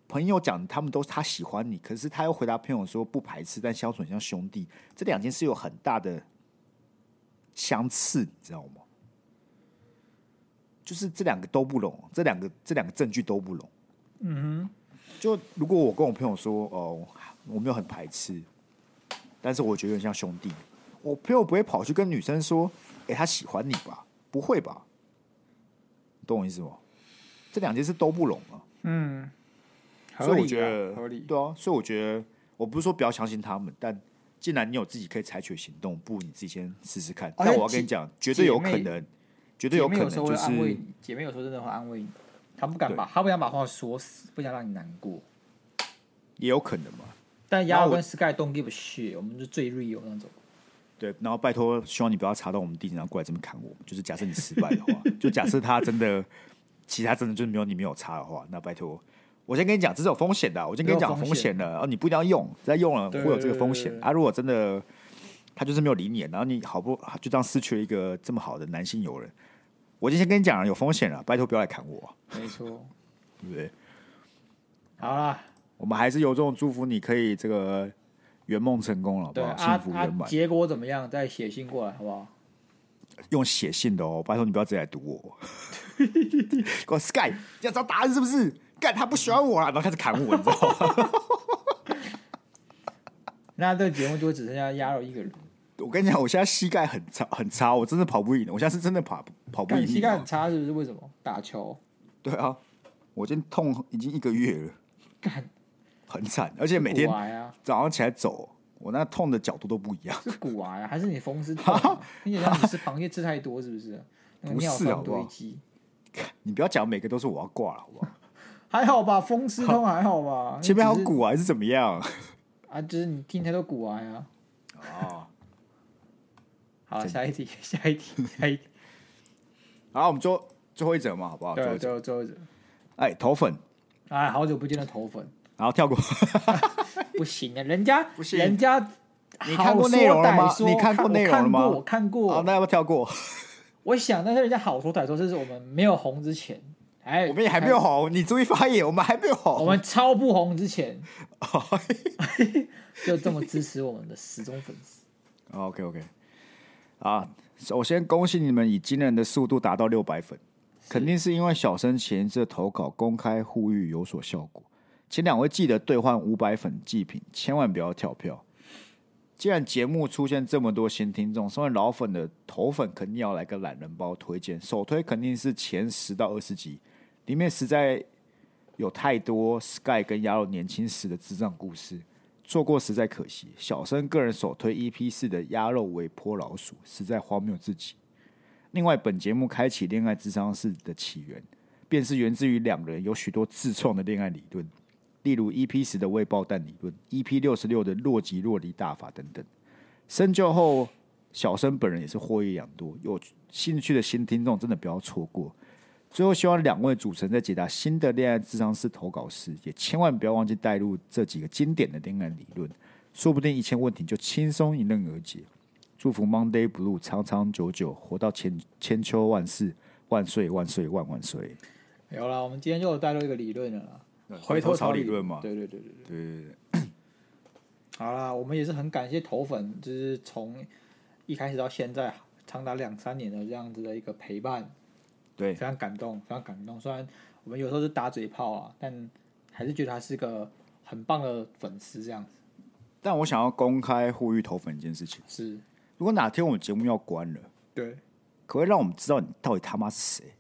Speaker 1: 朋友讲他们都他喜欢你，可是他又回答朋友说不排斥，但相处很像兄弟，这两件事有很大的相似，你知道吗？就是这两个都不拢，这两个这两个证据都不拢。嗯哼，就如果我跟我朋友说哦，我没有很排斥，但是我觉得有点像兄弟，我朋友不会跑去跟女生说，哎、他喜欢你吧？不会吧？你懂我意思吗？这两件事都不拢啊，
Speaker 2: 嗯，合
Speaker 1: 所以
Speaker 2: 理
Speaker 1: 我
Speaker 2: 啊
Speaker 1: 觉得
Speaker 2: 合理，
Speaker 1: 对啊，所以我觉得我不是说不要相信他们，但既然你有自己可以采取的行动，不如你自己先试试看。
Speaker 2: 而且
Speaker 1: 但我要
Speaker 2: 哎姐
Speaker 1: 跟你讲，绝对有
Speaker 2: 姐妹
Speaker 1: 可能，绝对
Speaker 2: 姐
Speaker 1: 有
Speaker 2: 妹
Speaker 1: 可
Speaker 2: 有
Speaker 1: 能
Speaker 2: 时候
Speaker 1: 就
Speaker 2: 会安慰
Speaker 1: 是
Speaker 2: 你，姐妹有时候真的会安慰你，她不敢
Speaker 1: 对
Speaker 2: 把，她不想把话说死，不想让你难过。
Speaker 1: 也有可能嘛。
Speaker 2: 但
Speaker 1: 然
Speaker 2: 亚
Speaker 1: 后
Speaker 2: 我
Speaker 1: 我
Speaker 2: 跟 Sky don't give a shit，我们就最 real 那种。
Speaker 1: 对，然后拜托，希望你不要查到我们地址，然后过来这边砍我。就是假设你失败的话，就假设他真的，其实他真的就是没有你没有差的话，那拜托，我先跟你讲，这是有风险的啊、我先跟你讲
Speaker 2: 有风
Speaker 1: 风险的，哦，你不一定要用，再用了会
Speaker 2: 对
Speaker 1: 有这个风险
Speaker 2: 对对对
Speaker 1: 啊。如果真的他就是没有理你，然后你好不就这样失去了一个这么好的男性友人，我就先跟你讲了，有风险了，拜托不要来砍我，啊
Speaker 2: 没错，
Speaker 1: 对不对？
Speaker 2: 好啦，
Speaker 1: 我们还是由衷地祝福你可以这个圆梦成功了，好不
Speaker 2: 对
Speaker 1: 好？
Speaker 2: 啊
Speaker 1: 幸福圆
Speaker 2: 啊，
Speaker 1: 满。
Speaker 2: 结果怎么样？再写信过来好不好？
Speaker 1: 用写信的哦，拜托你不要直接来堵我。 (laughs) 给我 Sky，要知道答案是不是？干他不喜欢我了，啊然后开始砍我，你知道吗？ (laughs)
Speaker 2: 那这个节目就会只剩下鸭肉一
Speaker 1: (laughs)
Speaker 2: 个人，
Speaker 1: 我跟你讲，我现在膝盖很差很差，我真的跑不赢，我现在是真的跑跑不
Speaker 2: 看你
Speaker 1: 赢。
Speaker 2: 膝盖很差是不是？为什么？打球
Speaker 1: 对啊，我今天痛已经一个月了，
Speaker 2: 干
Speaker 1: 很惨，而且每
Speaker 2: 骨
Speaker 1: 天
Speaker 2: 癌啊，
Speaker 1: 早上起来走，我那痛的角度都不一样。
Speaker 2: 是骨癌啊，还是你风湿
Speaker 1: (laughs)
Speaker 2: 痛啊？你想让你吃螃蟹吃太多是不是？那个
Speaker 1: 不是
Speaker 2: 尿
Speaker 1: 好
Speaker 2: 酸
Speaker 1: 不好
Speaker 2: 堆积，
Speaker 1: 你不要讲每个都是我要挂了，好
Speaker 2: (laughs)
Speaker 1: 不好？
Speaker 2: 还好吧？风湿痛还好吧？
Speaker 1: 前面还
Speaker 2: 哎只
Speaker 1: 有
Speaker 2: 是
Speaker 1: 骨癌是怎么样？
Speaker 2: 啊，就是你听太多骨癌啊。
Speaker 1: 哦，
Speaker 2: (laughs) 好了，下一题， (laughs) 下一
Speaker 1: (laughs)
Speaker 2: 题，下一题。
Speaker 1: 好，我们最后最后一则嘛，好不好？最后
Speaker 2: 对，
Speaker 1: 一则
Speaker 2: 最后最后一组，
Speaker 1: 哎，头粉，
Speaker 2: 哎，好久不见的头粉，
Speaker 1: 然后跳过。
Speaker 2: 不行啊，人家
Speaker 1: 不行
Speaker 2: 人家
Speaker 1: 你看过内容了吗
Speaker 2: 好说歹说
Speaker 1: 你看过内容了吗
Speaker 2: 我看过，我
Speaker 1: 好，
Speaker 2: 看过。
Speaker 1: 那要不要跳过？
Speaker 2: 我想，但是人家好说歹说，这是我们没有红之前，哎，
Speaker 1: (laughs) 我们也还没有，红，你注意发言，我们还没有
Speaker 2: 我
Speaker 1: 红。
Speaker 2: 们超不红
Speaker 1: (laughs)
Speaker 2: 之前， (laughs) 就这么支持我们的死忠粉丝。
Speaker 1: OK OK，啊，首先恭喜你们以惊人的速度达到六百粉，肯定是因为小生前一次的投稿公开呼吁有所效果，请两位记得兑换五百粉祭品，千万不要跳票。既然节目出现这么多新听众，身为老粉的头粉肯定要来个懒人包推荐，首推肯定是前十到二十集，里面实在有太多 Sky 跟鸭肉年轻时的智障故事，错过实在可惜。小生个人首推 EP 四的鸭肉为泼老鼠，实在荒谬至极。另外，本节目开启恋爱智商室的起源，便是源自于两人有许多自创的恋爱理论，例如 EP 十的未爆弹理论、EP 六十六的若即若离大法等等。深究后，小生本人也是获益良多。有兴趣的新听众真的不要错过。最后，希望两位主持人在解答新的恋爱智商师投稿时，也千万不要忘记带入这几个经典的恋爱理论，说不定一切问题就轻松迎刃而解。祝福 Monday Blue 长长久久，活到千千秋万世，万岁万岁万万岁！
Speaker 2: 有啦，我们今天就有带入一个理论了啦，回
Speaker 1: 头
Speaker 2: 头
Speaker 1: 草
Speaker 2: 草
Speaker 1: 理
Speaker 2: 论
Speaker 1: 论嘛
Speaker 2: 对对对对对。
Speaker 1: 对，
Speaker 2: (coughs) 好啦，我们也是很感谢头粉，就是从一开始到现在长达两三年的这样子的一个陪伴，
Speaker 1: 对
Speaker 2: 非常感动，非常感动。虽然我们有时候是打嘴炮啊，但还是觉得他是个很棒的粉丝，这样子
Speaker 1: 但我想要公开呼吁投粉一件事情：
Speaker 2: 是
Speaker 1: 如果哪天我们节目要关了，
Speaker 2: 对。
Speaker 1: 可不可以让我们知道你到底他妈是谁？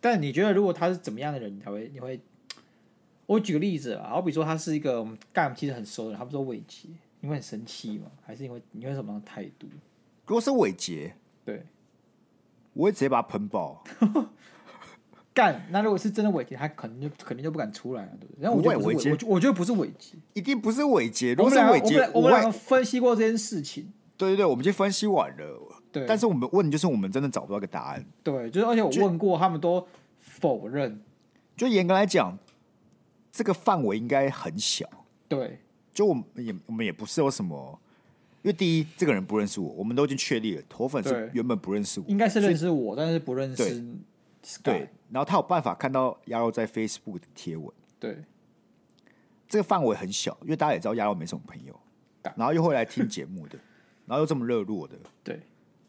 Speaker 2: 但你觉得如果他是怎么样的人，你才会你会？我举个例子啊，好比说他是一个我们干其实很熟的人，他不说伟杰，你会很生气吗？还是因为你会什么样的态度？
Speaker 1: 如果是伟杰，
Speaker 2: 对，
Speaker 1: 我会直接把他喷爆。
Speaker 2: 干那如果是真的伟杰，他肯定就肯定就不敢出来了，对不对？然后我
Speaker 1: 不
Speaker 2: 觉
Speaker 1: 会
Speaker 2: 得不
Speaker 1: 伟
Speaker 2: 是
Speaker 1: 杰
Speaker 2: 我觉我觉得不是伟杰。
Speaker 1: 一定不是伟杰，如
Speaker 2: 我
Speaker 1: 果
Speaker 2: 们
Speaker 1: 是
Speaker 2: 两个
Speaker 1: 伟
Speaker 2: 我们
Speaker 1: 杰
Speaker 2: 两，
Speaker 1: 我
Speaker 2: 我们两
Speaker 1: 会
Speaker 2: 个分析过这件事情，
Speaker 1: 对对对，我们已经分析完了。
Speaker 2: 对
Speaker 1: 但是我们问题就是我们真的找不到一个答案。
Speaker 2: 对，就是而且我问过，他们都否认，
Speaker 1: 就严格来讲，这个范围应该很小。
Speaker 2: 对
Speaker 1: 就我们也我们也不是有什么，因为第一，这个人不认识我，我们都已经确立了，头粉是
Speaker 2: 对
Speaker 1: 原本不认识我，
Speaker 2: 应该是认识我，但是不认识 Sky，
Speaker 1: 对，然后他有办法看到鸭肉在 Facebook 的贴文，
Speaker 2: 对
Speaker 1: 这个范围很小，因为大家也知道鸭肉没什么朋友，然后又会来听节目的，然后又这么热络的，
Speaker 2: 对，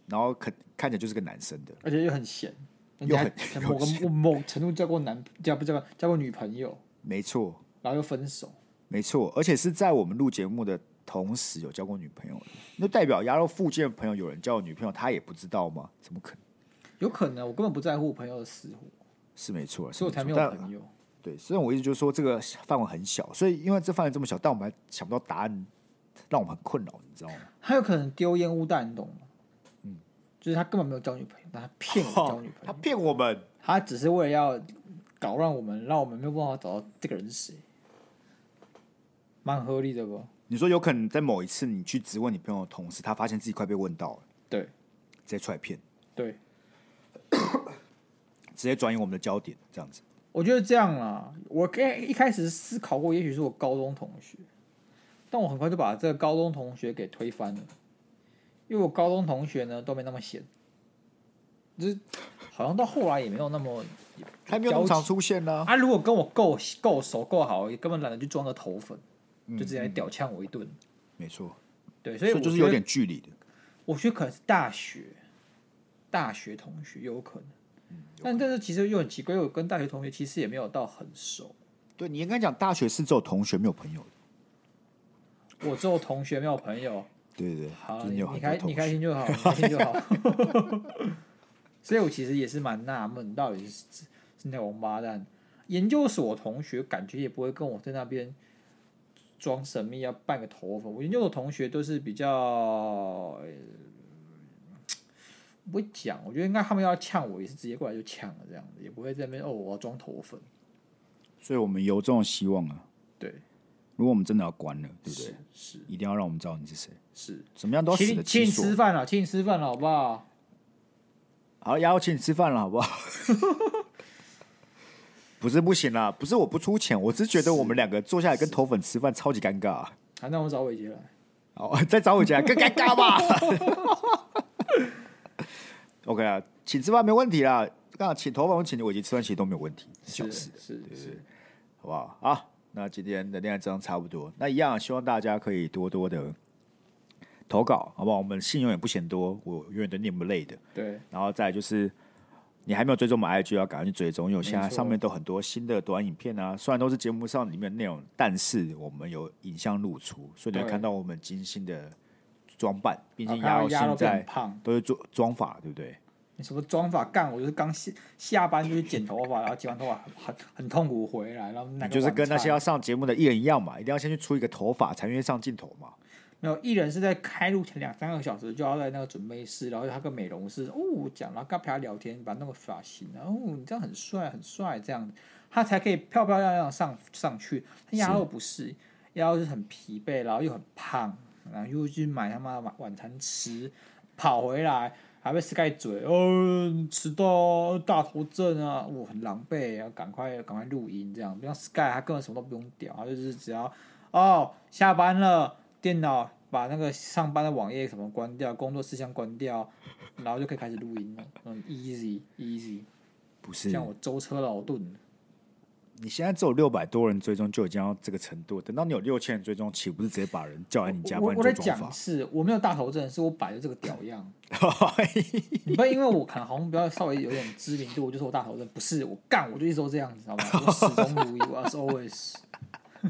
Speaker 1: 然后看看起来就是个男生的，
Speaker 2: 而且又很闲，
Speaker 1: 又很
Speaker 2: 人家某个某程度交过男交不交过交过女朋友，
Speaker 1: 没错
Speaker 2: 然后又分手，
Speaker 1: 没错，而且是在我们录节目的同时有交过女朋友的，那代表鸭肉附近的朋友有人交过女朋友，他也不知道吗？怎么可能？
Speaker 2: 有可能我根本不在乎我朋友的死活，
Speaker 1: 是没错，是
Speaker 2: 所以我才没有
Speaker 1: 错但
Speaker 2: 朋友。
Speaker 1: 对，所以我一直就说这个范围很小，所以因为这范围这么小，但我们还想不到答案，让我们很困扰，你知道吗？
Speaker 2: 他有可能丢烟雾弹，你懂吗？嗯，哦就是他根本没有交女朋友，但他骗我交女朋
Speaker 1: 哦他
Speaker 2: 友，
Speaker 1: 骗我们，
Speaker 2: 他只是为了要搞乱我们，让我们没有办法找到这个人是谁，蛮合理的吧？
Speaker 1: 你说有可能在某一次你去质问你朋友的同时，他发现自己快被问到了，
Speaker 2: 对
Speaker 1: 直接出来骗，
Speaker 2: 对，
Speaker 1: 直接转移我们的焦点，这样子。
Speaker 2: 我觉得这样啦，我开一开始思考过，也许是我高中同学，但我很快就把这个高中同学给推翻了，因为我高中同学呢都没那么闲，就是好像到后来也没有那么
Speaker 1: 他没有那么常出现啦、
Speaker 2: 啊。如果跟我够够熟够好，也根本懒得去装个头粉，就直接来屌呛我一顿。
Speaker 1: 没错，
Speaker 2: 对，
Speaker 1: 嗯所
Speaker 2: 所以
Speaker 1: 以
Speaker 2: 我
Speaker 1: 就是
Speaker 2: 觉得
Speaker 1: 有点距离的。
Speaker 2: 我觉得可能是大学，大学同学有可能，
Speaker 1: 嗯
Speaker 2: 但但是其实又很奇怪，因为我跟大学同学其实也没有到很熟。
Speaker 1: 对你应该讲，大学是只有同学没有朋友的，
Speaker 2: 我只有同学没有朋友，
Speaker 1: 对对对，
Speaker 2: 好，
Speaker 1: 就是
Speaker 2: 你
Speaker 1: 有很多
Speaker 2: 开你
Speaker 1: 同
Speaker 2: 开
Speaker 1: 学。
Speaker 2: 心就好，你开心就好。 (laughs) 所以我其实也是蛮纳闷，到底是是那王八蛋。研究所同学感觉也不会跟我在那边装神秘，要扮个头发。我研究所同学都是比较，呃不会讲。我觉得应该他们要呛我，也是直接过来就呛了，这样子也不会在那边哦，我要装头粉。
Speaker 1: 所以我们有这种希望啊，
Speaker 2: 对，
Speaker 1: 如果我们真的要关了，对不对
Speaker 2: 是？是
Speaker 1: 一定要让我们知道你是谁，
Speaker 2: 是，
Speaker 1: 怎么样都要死
Speaker 2: 请
Speaker 1: 的
Speaker 2: 你请
Speaker 1: 其
Speaker 2: 你
Speaker 1: 所
Speaker 2: 吃。饭了，请你吃饭了，好不好？
Speaker 1: 好，然后请你吃饭了，好不好？ (laughs) 不是不行啦，不是我不出钱，我只是觉得我们两个坐下来跟头粉吃饭超级尴尬。啊
Speaker 2: 好，那我找伟杰来。
Speaker 1: 好，再找我家更尴尬吧。OK 啊，请吃饭没问题啦。刚好请头发，我请我已经吃饭，其实都没有问题，小事
Speaker 2: 是是是，
Speaker 1: 好不好？好，那今天的恋爱这样差不多。那一样，希望大家可以多多的投稿，好不好？我们信永远不嫌多，我永远都念不累的。
Speaker 2: 对，
Speaker 1: 然后再来就是你还没有追踪我们 IG，要赶快去追踪，因为现在
Speaker 2: 没错
Speaker 1: 上面都很多新的短影片啊，虽然都是节目上里面的内容，但是我们啊呃有影像露出，所以你会
Speaker 2: 对
Speaker 1: 看到我们精心的装扮。毕
Speaker 2: 然
Speaker 1: 竟鸭肉
Speaker 2: 后看啊到鸭
Speaker 1: 现
Speaker 2: 肉变
Speaker 1: 在
Speaker 2: 胖，
Speaker 1: 都是做妆法，对不对？
Speaker 2: 你什么妆法干？我就是刚下下班就去剪头发，然后剪完头发很很很痛苦回来，然后哪
Speaker 1: 你
Speaker 2: 个
Speaker 1: 就是
Speaker 2: 晚
Speaker 1: 跟那
Speaker 2: 餐
Speaker 1: 些要上节目的艺人一样嘛，一定要先去出一个头发，才愿意上镜头嘛。
Speaker 2: 没有艺人是在开录前两三个小时就要在那个准备室，然后他跟美容师哦讲，然后跟他陪他聊天，把那个发型，然后哦你这样很帅很帅这样，他才可以漂漂亮亮上上去。他鸭肉不是，鸭肉就是很疲惫，然后又很胖，然后又去买他妈的晚晚餐吃，跑回来还被 Sky 嘴，哦迟到大头症啊，我、很狼狈，要赶快赶快录音这样。不像 Sky 他根本什么都不用屌，他就是只要哦下班了。电脑把那个上班的网页什么关掉，工作事项关掉，然后就可以开始录音了。嗯，easy easy，
Speaker 1: 不是，
Speaker 2: 像我舟车劳顿。
Speaker 1: 你现在只有六百多人追踪，就已经到这个程度。等到你有六千人追踪，岂不是直接把人叫来你家
Speaker 2: 我
Speaker 1: 帮你
Speaker 2: 我
Speaker 1: 做
Speaker 2: 在
Speaker 1: 妆
Speaker 2: 讲
Speaker 1: 法？
Speaker 2: 是，我没有大头症，是我摆的这个屌样。 (laughs) 你不要因为我可能好像比较稍微有点知名度，我就说我大头症，不是我干，我就一直都这样子，好吗？我始终如一，我 as
Speaker 1: (laughs)
Speaker 2: always。
Speaker 1: (laughs)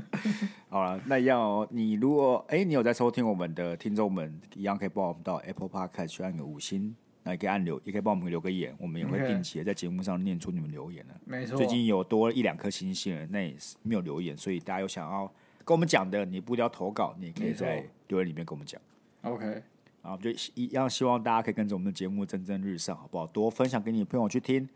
Speaker 1: 好了，那一样哦。你如果哎、你有在收听我们的听众们，一样可以帮我们到 Apple Podcast 去按个五星，那也可以按留，也可以帮我们留个言，我们也会
Speaker 2: OK
Speaker 1: 定期地在节目上念出你们留言的。
Speaker 2: 嗯
Speaker 1: 啊
Speaker 2: 没错
Speaker 1: 最，近有多一两颗星星了，那也是没有留言，所以大家有想要跟我们讲的，你不一定要投稿，你也可以
Speaker 2: 没错
Speaker 1: 在留言里面跟我们讲。
Speaker 2: OK，
Speaker 1: 啊，我们就一样希望大家可以跟着我们的节目蒸蒸日上，好不好？多分享给你的朋友去听。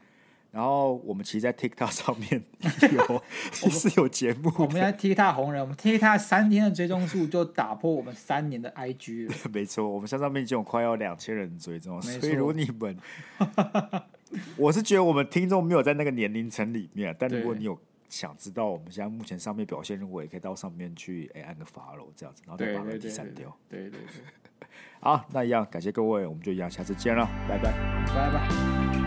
Speaker 1: 然后我们其实，在 TikTok 上
Speaker 2: (laughs)
Speaker 1: 面有是有节目
Speaker 2: 我
Speaker 1: 的，
Speaker 2: 们在 TikTok 红人，我们 TikTok 三天的追踪数就打破我们三年的 IG 了。
Speaker 1: 没错，我们现在上面已经有快要两千人追踪，
Speaker 2: 没错
Speaker 1: 所以如果你们，我是觉得我们听众没有在那个年龄层里面，啊但如果
Speaker 2: 对
Speaker 1: 你有想知道我们现在目前上面表现如何，也可以到上面去哎按个 follow 这样子，然后再
Speaker 2: 对
Speaker 1: 把问
Speaker 2: 对
Speaker 1: 题
Speaker 2: 对
Speaker 1: 删
Speaker 2: 对
Speaker 1: 掉。
Speaker 2: 对对对，
Speaker 1: 好，那一样感谢各位，我们就一样，下次见了，拜拜。
Speaker 2: 拜拜。